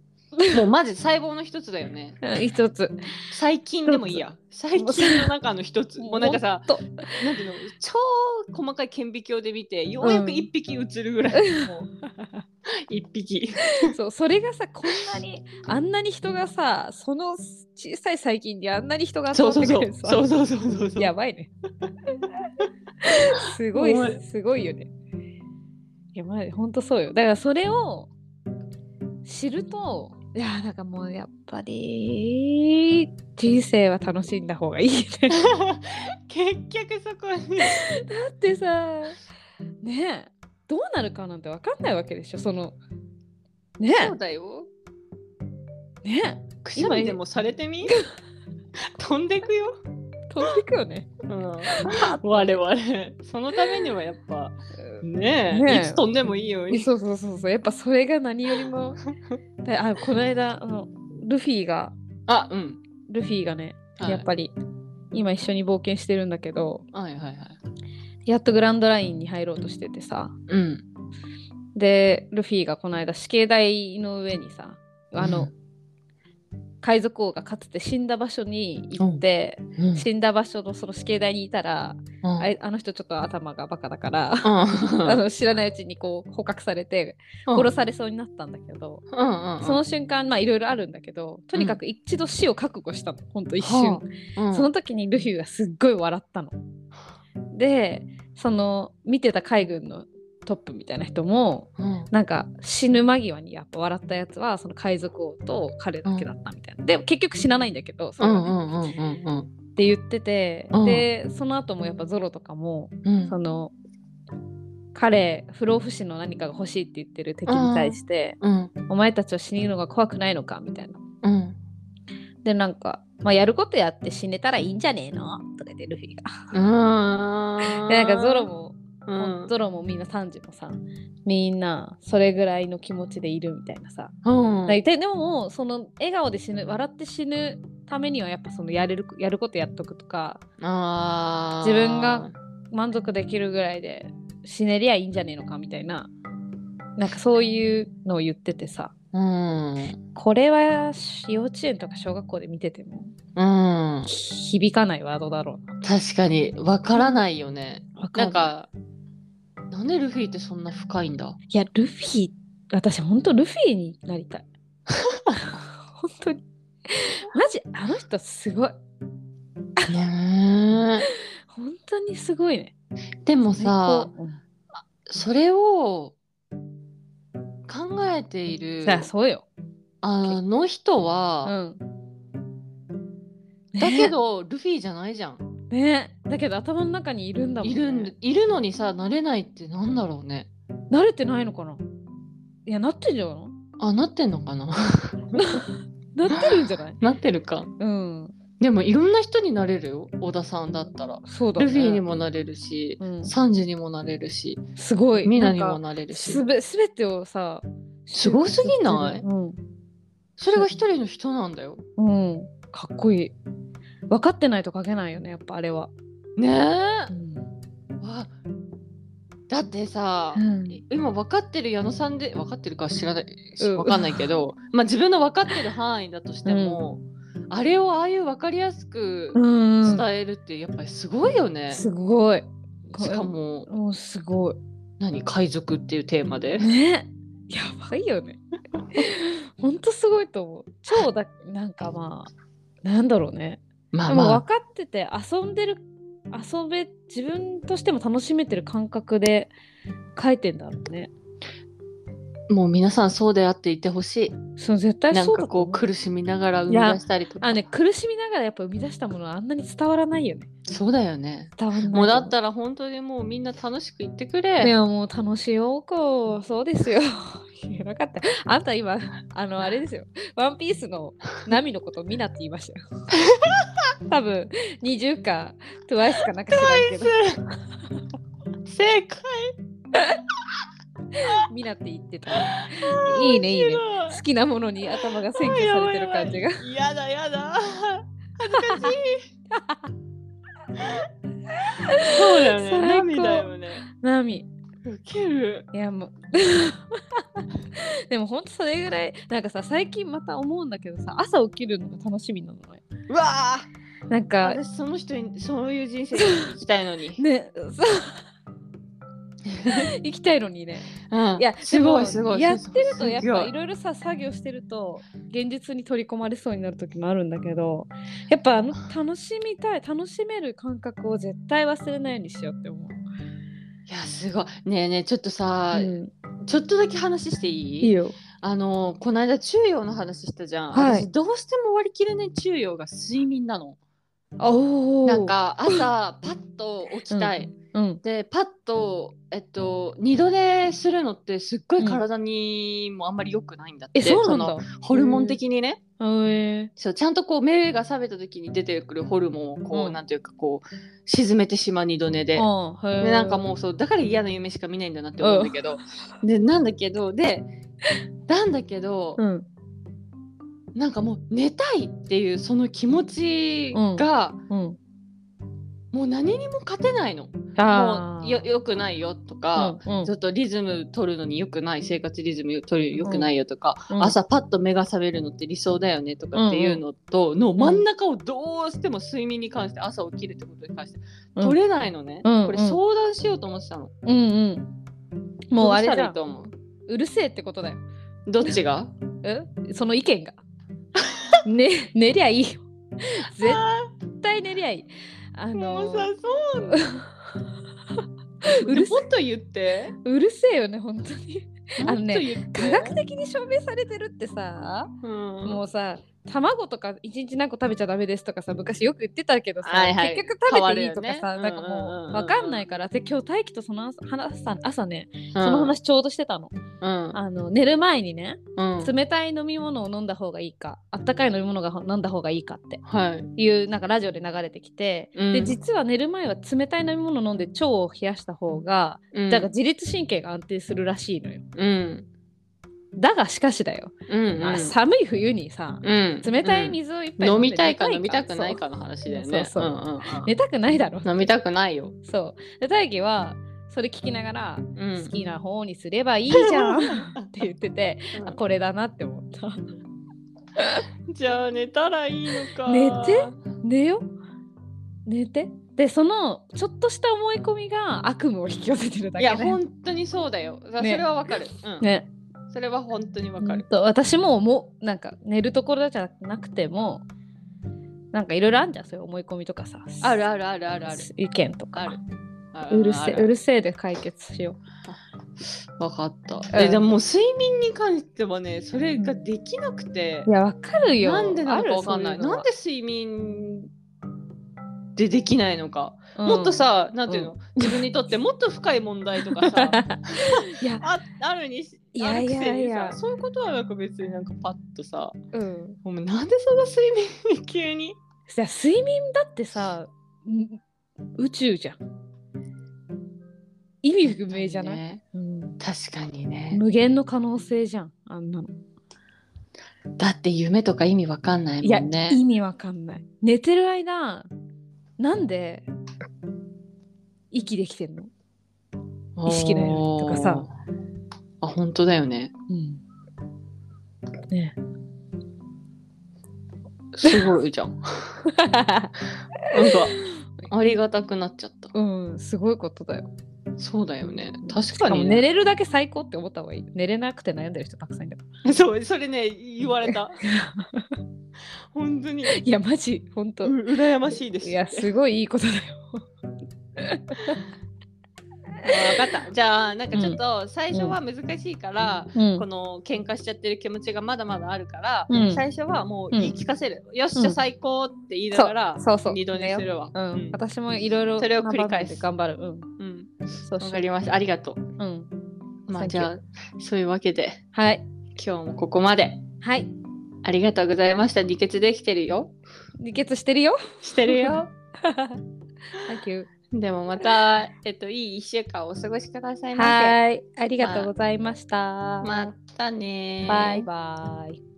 B: もうマジ細胞の一つだよね。
A: うん一 つ。
B: 細菌でもいいや。細菌の中の一つ。もうなんかさ、
A: ほと
B: なんていうの、超細かい顕微鏡で見て、ようやく一匹映るぐらい。も う一匹。
A: そうそれがさこんなにあんなに人がさその小さい細菌にあんなに人が集まっ
B: そう
A: て
B: そうそ
A: く
B: う。
A: るさ
B: そうそうそうそうそう。
A: やばいねすごい
B: お前
A: すごいよねいやまあほんとそうよだからそれを知るといやなんかもうやっぱり人生は楽しんだ方がいいね
B: 結局そこに。
A: だってさねえどうなるかなんて分かんないわけでしょそのね
B: そうだよ。
A: えね
B: くしゃみでもされてみ 飛んでくよ。
A: え飛んでいくよね
B: うん、 我々そのためにはやっぱねえ
A: ねえ
B: いつ飛んでもいいように
A: そうそうそうそうやっぱそれが何よりもであこの間あのルフィが
B: あうん
A: ルフィがね、
B: はい
A: やっぱり今一緒に冒険してるんだけど
B: はいはいはい
A: やっとグランドラインに入ろうとしててさ
B: うん
A: でルフィがこの間死刑台の上にさあの、
B: うん
A: 海賊王がかつて死んだ場所に行って、
B: うん
A: 死んだ場所のその死刑台にいたら、
B: うん
A: あいあの人ちょっと頭がバカだから、
B: うん
A: あの知らないうちにこう捕獲されて殺されそうになったんだけど、
B: うんうんうん
A: その瞬間まあいろいろあるんだけどとにかく一度死を覚悟したの、ほんと一
B: は
A: 瞬、
B: うん
A: その時にルフィがすっごい笑ったの。でその見てた海軍のトップみたいな人も
B: うん
A: なんか死ぬ間際にやっぱ笑ったやつはその海賊王と彼だけだったみたいな、で結局死なないんだけどそれはね
B: うんうんうん
A: って言ってて、
B: うん
A: でその後もやっぱゾロとかも
B: うんうん
A: その彼不老不死の何かが欲しいって言ってる敵に対して
B: うん
A: 「お前たちは死ぬのが怖くないのか」みたいな
B: うん
A: でなんか、まあ、やることやって死ねたらいいんじゃねえのとか言ってルフィが。
B: うん
A: でなんかゾロも、
B: うん
A: ゾロもみんなサンジもさみんなそれぐらいの気持ちでいるみたいなさ。
B: うん
A: ででもその笑顔で死ぬ笑って死ぬためにはやっぱそのやれるやることやっとくとか
B: あー
A: 自分が満足できるぐらいで死ねりゃいいんじゃねえのかみたいななんかそういうのを言っててさ
B: うん
A: これは幼稚園とか小学校で見てても
B: うん
A: 響かないワードだろうな
B: 確かにわからないよね。
A: わ
B: なん
A: い
B: かなんでルフィってそんな深いんだ
A: いや、ルフィ、私、本当ルフィになりた い。本当に。マジ、あの人、すごい。
B: ね
A: 本当にすごいね。
B: えでも
A: 最
B: さ
A: 高うん
B: それを考えている
A: さあ、そうよ。
B: あの人
A: う
B: は、
A: ん。
B: だけどルフィじゃないじゃん。
A: ね。ねだけど、頭の中にいるんだもん、
B: い
A: ね。
B: るんいるのにさなれないってなんだろうね。
A: 慣れてないのかないや、なってんじゃないの
B: あなってんのかな
A: なってるんじゃない
B: なってるか。
A: うん。
B: でもいろんな人になれるよ小田さんだったら。
A: そうだ、ね。
B: ルフィに。もなれるし、
A: うん。
B: サンジにもなれるし
A: すごい。
B: ミナに
A: な
B: も
A: んか
B: なれるし
A: すべ、すべてをさ、
B: すごすぎない
A: うん。
B: それが一人の人なんだよ。
A: うん、かっこいい。分かってないと書けないよね、やっぱあれは。
B: ねえ
A: うん、
B: わだってさ、
A: うん
B: 今分かってる矢野さんで分かってるか知らない
A: うん
B: 分かんない けど、まあ自分の分かってる範囲だとしても、あれをああいう分かりやすく
A: うん、
B: 伝えるってやっぱりすごいよね、
A: すごい。
B: しかも
A: もうすごい。
B: 何海賊っていうテーマで
A: ね、やばいよね。 ほんとすごいと思う。超だ、なんかまあ、なんだろうね。
B: まあ
A: でも
B: ま
A: 分かってて遊んでる遊べ自分としても楽しめてる感覚で書いてんだろうね。
B: あもう皆さんそうであっていてほしい
A: そう絶対
B: なん
A: そうだ
B: か
A: と
B: こ
A: 思
B: う苦しみながら生み出したりとか
A: あのね苦しみながらやっぱ生み出したものはあんなに伝わらないよね。
B: そうだよね
A: 伝わらないと思。
B: もうだったら本当にもうみんな楽しく言ってくれ
A: いやもう楽しようこうそうですよ。 いやなかった。あんた今あのあれですよ。ワンピースのナミのことミナって言いましたよ。 多分20かトゥワイスかなんか知らんけど
B: 正解
A: ミナって言ってた。いいねいいね。好きなものに頭が占拠されてる感じが。
B: やだやだ恥ずかしいそうだよね
A: 最高
B: 涙よね
A: ナミ。
B: ウケる
A: いやもう でもほんとそれぐらいなんかさ最近また思うんだけどさ朝起きるのが楽しみなのね
B: うわー
A: なんか
B: 私その人にそういう人生に生きたいのに
A: ねそう行きたいのにね
B: うん
A: いや
B: すごいすごい
A: やってるとやっ
B: すご
A: ぱいろいろさ作業してると現実に取り込まれそうになる時もあるんだけどやっぱあの楽しみたい楽しめる感覚を絶対忘れないようにしようって思う、
B: いやすごいねえねえちょっとさ、
A: うん
B: ちょっとだけ話していい
A: いいよ
B: あのこの間中陽の話したじゃん、
A: はい
B: 私どうしても割り切れない中陽が睡眠なの
A: お
B: なん、か朝パッと起きたい、
A: うん、
B: でパッとえっと二度寝するのってすっごい体にもあんまり良くないんだって、
A: えそうなん
B: その
A: だ
B: ホルモン的にね、
A: え
B: そうちゃんとこう目が覚めた時に出てくるホルモンをこう、
A: うん
B: なんていうかこう沈めてしまう二度寝で。
A: ああへ
B: で
A: え
B: なんかもうそうだから嫌な夢しか見ないんだなって思うんだけど、でなんだけどでなんだけど、
A: うん
B: なんかもう寝たいっていうその気持ちが、
A: うん
B: もう何にも勝てないの。
A: あ
B: も
A: あ
B: うよよくないよとか、
A: うんうん
B: ちょっとリズム取るのによくない生活リズム取るのよくないよとか、
A: うん
B: 朝パッと目が覚めるのって理想だよねとかっていうのと、の真ん中をどうしても睡眠に関して朝起きるってことに関して
A: うん
B: 取れないのね、
A: うん
B: これ相談しようと思ってたの、
A: うんうんもうあれじゃん
B: どうしたらいいと思
A: うるせえってことだよ
B: うどっちが
A: えその意 見がね寝りゃいいよ絶対寝りゃいいあの
B: そう
A: う るせ
B: もっと言って
A: うるせえよね本当 にあのね
B: もっと言って
A: 科学的に証明されてるってさ
B: うん
A: もうさ卵とか一日何個食べちゃダメですとかさ昔よく言ってたけどさ、
B: はいはい
A: 結局食べていいとかさ、
B: 変わ
A: な
B: る
A: ん
B: よね
A: か
B: うんうんうんう
A: も
B: ん
A: う分かんないからで今日大輝とその朝話さ朝ね
B: うん
A: その話ちょうどしてたの,、
B: うん
A: あの寝る前にね
B: うん
A: 冷たい飲み物を飲んだ方がいいかあったかい飲み物が飲んだ方がいいかって
B: はい
A: いうなんかラジオで流れてきて、
B: うん
A: で実は寝る前は冷たい飲み物飲んで腸を冷やした方が
B: うん
A: だから自律神経が安定するらしいのよ。
B: うん
A: だがしかしだよ、
B: うんう
A: あ
B: ん
A: 寒い冬にさ、
B: うん
A: 冷たい水をいっぱい
B: 飲
A: んで
B: みたいか
A: 寝
B: 飲みたくないかの話だよね。
A: そうそうん
B: んん
A: そう寝たくないだろ
B: 飲みたくないよ。
A: そうで大輝はそれ聞きながら、
B: うん
A: 好きな方にすればいいじ ゃんって言っててあこれだなって思った
B: じゃあ寝たらいいのか。
A: 寝て寝よ寝てでそのちょっとした思い込みが悪夢を引き寄せてるだ
B: い
A: け、ね、
B: や本当にそうだよ。そ
A: ね
B: れはわかる。うん
A: ね
B: それは本当にわかる。
A: と私ももうなんか寝るところじゃなくてもなんかいろいろあるじゃんそういう思い込みとかさ
B: あるあるあるあるある。
A: 意見とか
B: あるあ
A: うるせえう
B: る
A: るせえで解決しよ
B: わかった。
A: ん
B: えでももう睡眠に関してはねそれができなくて
A: うい、やわかるよ
B: なんでなのかわかんない。
A: あるそううの
B: な
A: は
B: んで睡眠でできないのか。
A: うん
B: もっとさ、なんていうの、自分にとってもっと深い問題と かさ
A: いや
B: ああるにし
A: いや
B: あるくせにさ
A: いやいや
B: そういうことはなんか別になんかパッとさ
A: うん
B: お前なんでその睡眠に急に
A: いや睡眠だってさん宇宙じゃん意味不明じゃない、
B: ね
A: うん
B: 確かにね、
A: 無限の可能性じゃんあんなの
B: だって夢とか意味わかんない
A: いや、意味わかんない寝てる間なんで息できてんの意識だよねとかさ
B: あ本当だよね
A: うんね
B: すごいじ ゃんなんかありがたくなっちゃった
A: うんすごいことだよ
B: そうだよね。確
A: しか
B: か
A: も
B: に
A: 寝
B: ね。
A: れるだけ最高って思った方がいい。寝れなくて悩んでる人たくさんいる。
B: そう、それね、言われ た。本当に。
A: いや、マジ、ほんと。
B: う羨ましいです。
A: いや、すごいいいことだよ。
B: あわかった。じゃあ、なんかちょっと最初は難しいから、
A: うん
B: この喧嘩しちゃってる気持ちがまだまだあるから、
A: うん
B: 最初はもう
A: うん
B: 言い聞かせる。よし、
A: うん
B: じゃあ最高って言いながら、
A: そうそうそう
B: 二度にするわ。
A: うん
B: うん
A: 私もいろいろ
B: それを繰り返す
A: 頑張る。うん、
B: うん。
A: そう
B: わ
A: し
B: か
A: よ
B: りました。ありがと
A: うう
B: う。
A: ん。
B: ま
A: Thank
B: あ、
A: you
B: じゃあ、そういうわけで、
A: はい。
B: 今日もここまで。
A: はい。
B: ありがとうございました。理決できてるよ。
A: 理決してるよ。
B: してる よ。
A: Thank you.
B: でもまた、えっと、いい1週間をお過ごしくださいませ。
A: はい。ありがとうございました。
B: またねー
A: バイバイ。